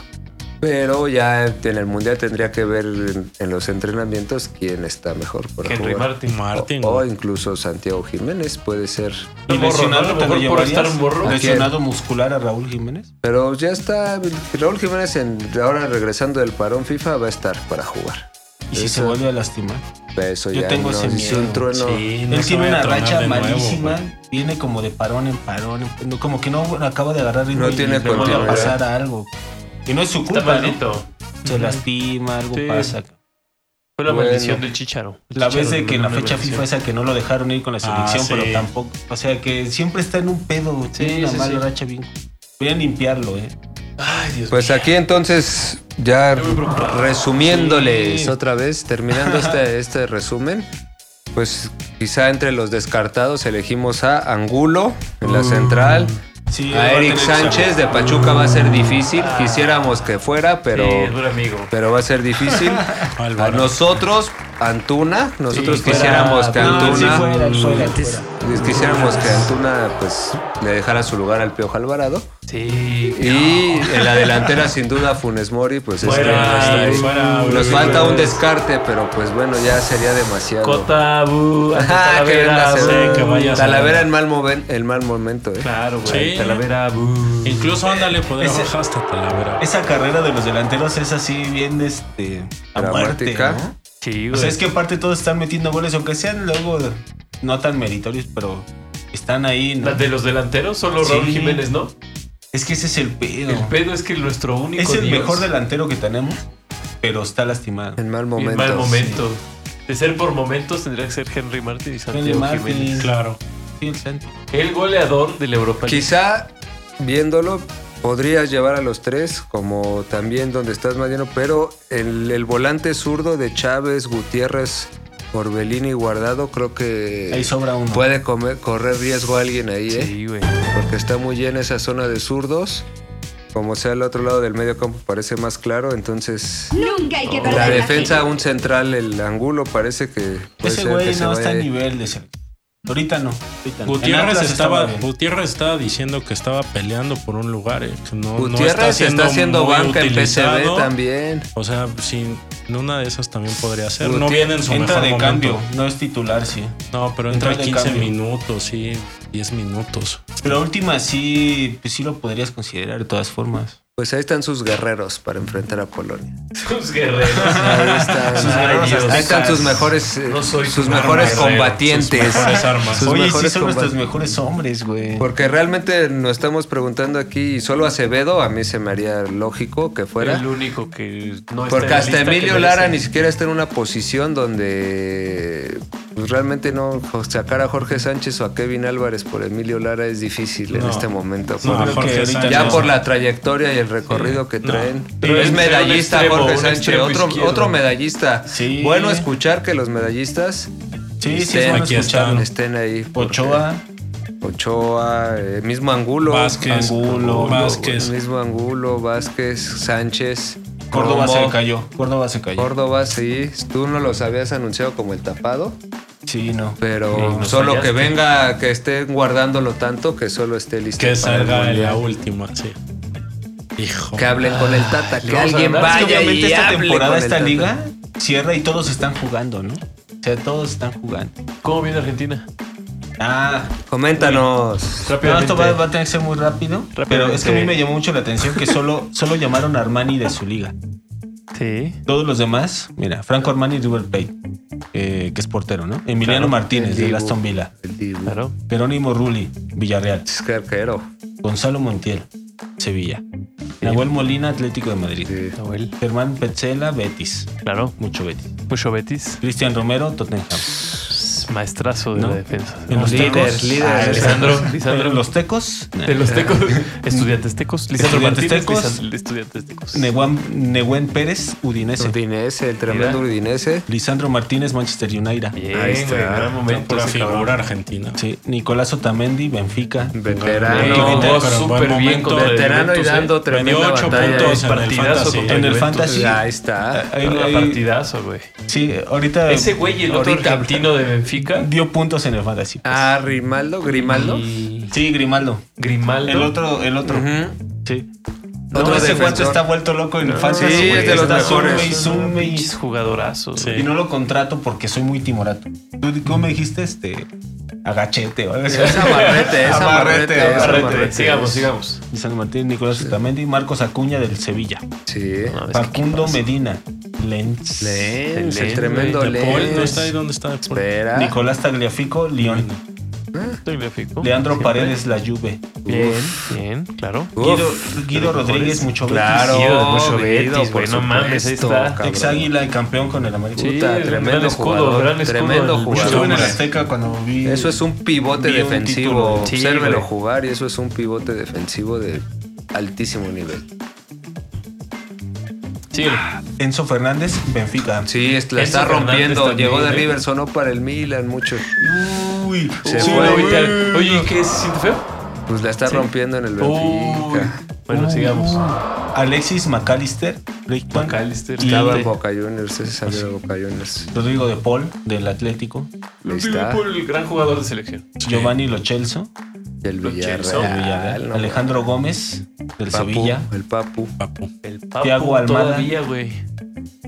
Pero ya en el mundial tendría que ver en, en los entrenamientos quién está mejor para Henry jugar. Martin. Martin. o, o güey. incluso Santiago Jiménez puede ser. Y Morro, lesionado ¿no? A lo te lo mejor por llevarías. estar morro. ¿A Lesionado muscular a Raúl Jiménez. Pero ya está. Raúl Jiménez en- ahora regresando del parón FIFA va a estar para jugar. Y si se Eso- vuelve a lastimar. Eso Yo ya tengo no, ese si es un miedo. trueno. Sí, no Él se tiene vaya a una tronar racha de nuevo, malísima. güey. Viene como de parón en parón. en- no, Como que no acaba de agarrar ritmo No y tiene le vuelve a continuidad. pasar a algo. Y no es su Está culpa, ¿no? maldito. Se lastima, algo Sí. pasa. Fue la Bueno. maldición del chicharo. La vez de que en la fecha FIFA esa que no lo dejaron ir con la Ah, selección, sí. pero tampoco. O sea que siempre está en un pedo. tiene una sí, mala sí. racha bien. Voy a limpiarlo, eh. Ay, Dios Pues mío. aquí entonces, ya Estoy muy preocupado. resumiéndoles Sí. otra vez, terminando este, este resumen, pues quizá entre los descartados elegimos a Angulo en la central, Mm. Sí, va a tener Eric que Ah. Sánchez de Pachuca va a ser difícil, quisiéramos que fuera, pero, Sí, es buen amigo. pero va a ser difícil. A Álvaro. nosotros, Antuna, nosotros Sí, fuera. quisiéramos que No, Antuna... sí, fuera, fuera, fuera. pues, Quisiéramos que Antuna pues, le dejara su lugar al Piojo Alvarado. Sí. Y en la delantera, sin duda, Funes Mori, pues es que Fuera, no está ahí. fuera, Nos fuera. falta un descarte, pero pues bueno, ya sería demasiado. Cota, Bu, Antonio Ah, que Talavera, venga, Bu. se- que vaya. Talavera en mal, momen- en mal momento, eh. Claro, güey. Sí. Talavera, Bu. Incluso ándale, podría Ese- bajar hasta Talavera. Esa carrera de los delanteros es así bien este a muerte, Dramática. ¿no? Sí, O güey. sea, es que aparte todos están metiendo goles, aunque sean luego no tan meritorios, pero están ahí. ¿no? Las de los delanteros, solo Sí. Raúl Jiménez, ¿no? Es que ese es el pedo. El pedo es que nuestro único es el Dios mejor delantero que tenemos, pero está lastimado. En mal en momento. mal momento. De ser por momentos, tendría que ser Henry Martin y Santiago Martin. Jiménez. Claro. Sí, el Santi. El goleador de la Europa League. Quizá viéndolo podrías llevar a los tres, como también donde estás Mariano, pero el, el volante zurdo de Chávez, Gutiérrez, Orbelini y Guardado, creo que Ahí sobra uno. puede comer- correr riesgo alguien ahí, ¿eh? Sí, güey. porque está muy llena esa zona de zurdos. Como sea el otro lado del medio campo parece más claro, entonces Nunca hay que perder la la defensa, fe. un central, el ángulo parece que puede Ese ser que güey se no está a vaya ahí. nivel de ser. Ahorita no. ahorita no. En Gutiérrez Atlas estaba, bien. Gutiérrez estaba diciendo que estaba peleando por un lugar. eh, que no- no Gutiérrez está haciendo muy banca en PCB utilizado. también. O sea, sin en una de esas también podría ser. No Gutiérrez viene en su Entra mejor de momento. cambio, no es titular, sí. No, pero entra, Entra de 15 cambio. minutos, sí, 10 minutos. Pero última sí, pues sí lo podrías considerar de todas formas. Pues ahí están sus guerreros para enfrentar a Polonia. Sus guerreros. Ahí están, Sus Ay, guerreros Dios. aztecas. Ahí están sus mejores, eh, No soy sus un mejores armadero, combatientes. sus mejores armas. Sus Oye, sí mejores son nuestros combat- mejores hombres, güey. Porque realmente nos estamos preguntando aquí, y solo Acevedo, a mí se me haría lógico que fuera. El único que no está en Porque la hasta lista que Emilio merece. Lara ni siquiera está en una posición donde pues, realmente no sacar a Jorge Sánchez o a Kevin Álvarez por Emilio Lara es difícil en No. este momento. No, Por- creo que Jorge ahorita Sánchez ya no. por la trayectoria y el recorrido que traen. Pero es es medallista un extremo, Jorge un Sánchez, extremo otro, izquierdo. otro medallista. Sí. Bueno escuchar que los medallistas Sí, sí, Estén, es bueno aquí están. escucharlo. estén ahí. porque Ochoa, Ochoa, eh, mismo Angulo. Vázquez, Angulo, Vázquez, Mismo Angulo, Vázquez, Sánchez. Córdoba Romo, se cayó. Córdoba se cayó. Córdoba, sí. Tú no los habías anunciado como el tapado, sí, no. pero Sí, nos solo fallaste. que venga, que estén guardándolo tanto, que solo esté listo. para que el salga en la Mundial. última, sí. Hijo. Que hablen con el Tata, le que vamos a alguien ganar. Es vaya Es que obviamente y esta hable temporada, con el esta Tata. liga cierra y todos están jugando, ¿no? O sea, todos están jugando. ¿Cómo viene Argentina? Ah, Coméntanos. pero Rápidamente. esto va, va a tener que ser muy rápido. Pero es que a mí me llamó mucho la atención que solo, solo llamaron a Armani de su liga. Sí. Todos los demás, mira, Franco Armani, River Plate, eh, que es portero, ¿no? Emiliano Claro. Martínez, de Dibu. Aston Villa. El Dibu. Claro. Jerónimo Rulli, Villarreal. Es que arquero. Gonzalo Montiel, Sevilla. Nahuel Molina, Atlético de Madrid. Sí. Nahuel. Germán Petzela, Betis. Claro. Mucho Betis. Pucho Betis. Cristian Romero, Tottenham. Maestrazo de No. la defensa. En los Líder, tecos. líder. Ah, Lisandro. Pero Lisandro. en los tecos. De los tecos. Estudiantes tecos. Lisandro Estudiantes Martínez. tecos. Lisan- Estudiantes tecos. Nehuan- Nehuen Pérez, Udinese. Udinese, el tremendo Mira. Udinese. Lisandro Martínez, Manchester United. Bien, Ahí está. güey, gran momento Pura ese figura cabrón. argentina. Sí, Nicolás Otamendi, Benfica. Veterano. Bien, Pero jugó en súper buen bien momento, con el veterano y Juventus, dando eh. Vendió tremenda ocho batalla. puntos en el partidazo fantasy. contra En el Juventus. fantasy. Pues Ahí está. Ah, Ahí- ahí- Partidazo, güey. sí, ahorita Ese güey y el otro Ahorita- argentino de Benfica. dio puntos en el fantasy. pues. Ah, Rimaldo, Grimaldo. Y Sí, Grimaldo. Grimaldo. El otro, el otro. Ujú. Sí. No, Otro ese defensor. Ah, cuate está vuelto loco en el fantasy. sí, güey. es de los Está mejores. sume y sume y Pinches jugadorazos. Sí. Y no lo contrato porque soy muy timorato. ¿Tú cómo me dijiste? Este. Agachete. o algo así. Es amarrete, Amarrete, es amarrete, es amarrete. amarrete. Sigamos, sigamos. San Martín, Nicolás Otamendi, Marcos Acuña del Sevilla. Sí. No, es que Facundo Medina. Lenz. Lens, el Lens, tremendo De Paul, ¿no Lens. está ahí donde está De Paul? Espera. Nicolás Tagliafico, León. estoy gráfico. Leandro Siempre. Paredes, La Juve. Bien, bien, claro. Uf. Guido, Guido Rodríguez, mucho Betis. Claro, Guido de mucho Guido, Betis, por güey, no mames, ahí supuesto, está. cabrón. Ex Águila, el campeón con el América. Sí, Puta, es un tremendo gran escudo, jugador, gran escudo del tremendo Yo jugador. estuve en el hombre. Azteca cuando vi. Eso es un pivote Vi un defensivo. título. Sí, Obsérvelo güey. jugar y eso es un pivote defensivo de altísimo nivel. Sí, Enzo Fernández, Benfica. Sí, es- la Enzo está Fernández rompiendo. también, Llegó de güey. River, sonó para el Milan mucho. Uy, Se Sí, fue. lo vi tal. Oye, ¿y ¿qué se siente feo? Pues la está rompiendo en el Uy. Benfica. Bueno, sigamos. Ah, Alexis McAllister, Brickman, McAllister. Linde, Estaba en Boca Juniors, ese salió de Boca Juniors. Rodrigo de Paul, del Atlético. Ahí está. Liverpool, el gran jugador de selección. Giovanni Lochelso, Del Los Villarreal. Chelsea, del Villarreal. no, Alejandro Gómez, del Papu, Sevilla. El Papu. Papu. El Papu Thiago Almada. todavía, güey.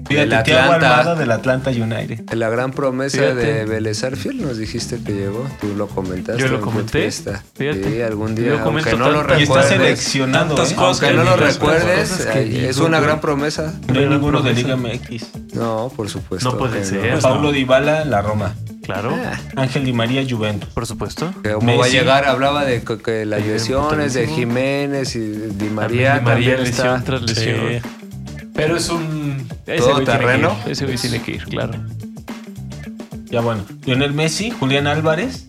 Fíjate, Del Thiago Atlanta. Almada, del Atlanta United. La gran promesa Fíjate. de Vélez Arfiel nos dijiste que llegó. Tú lo comentaste. Yo lo en comenté, Futbolista. fíjate. Sí, algún Yo día. comento Aunque no lo tantas- Y está recuerdes. seleccionado. Tantas ¿eh? cosas Aunque no lo Tantas recuerdes, cosas que ay, dijo, es una güey. gran promesa. No hay ninguno de Liga Promesa. MX. No, por supuesto. No puede que ser. Pues Paulo no. Dybala, la Roma. Claro, Ah, Ángel Di María, Juventus. por supuesto. que como va a Messi. llegar, hablaba de que, que las Eh, lesiones de importantísimo. Jiménés y Di María, María. María también lesión está. tras lesión. Sí. Pero es un. Ese Todo güey tiene que terreno. ir, Ese güey tiene que ir, claro. Ya bueno. Lionel Messi, Julián Álvarez,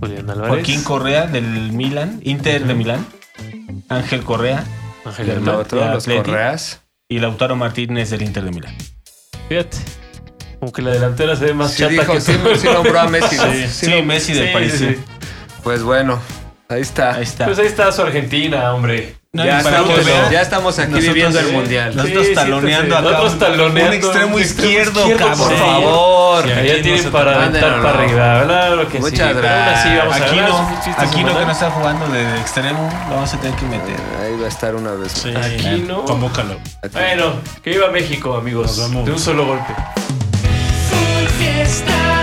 Julián Álvarez. Joaquín Correa del Milan, Inter de Milán, Ángel Correa Ángel Del El Hernández. otro, de los Atleti. Correas. y Lautaro Martínez del Inter de Milán. Fíjate. Como que la delantera se ve más Sí, chata dijo, que sí, todo. sí nombró a Messi. ¿no? Sí, Sí, sí, Messi del Sí, París. sí. sí. Pues bueno, ahí está. Ahí está. Pues ahí está su Argentina, hombre. No, ya, y para estamos, que vean, ya estamos aquí nosotros viviendo el sí. mundial. Los- Nosotros Sí, taloneando siéntese. acá. Nosotros taloneando. Un extremo Un extremo izquierdo, izquierdo, cabrón. Por sí. favor. Ya, aquí ya no tienen se para manden, aventar no, para no. arriba, claro que sí. Muchas Pero aún así vamos a Aquí ganar, no, es un chiste aquí no que semanal. no está jugando de extremo, lo vamos a tener que meter. Ahí va a estar una vez. Sí, Aquí no. Convócalo. Aquí. Bueno, que viva México, amigos. Nos vemos. De un solo golpe. Full fiesta.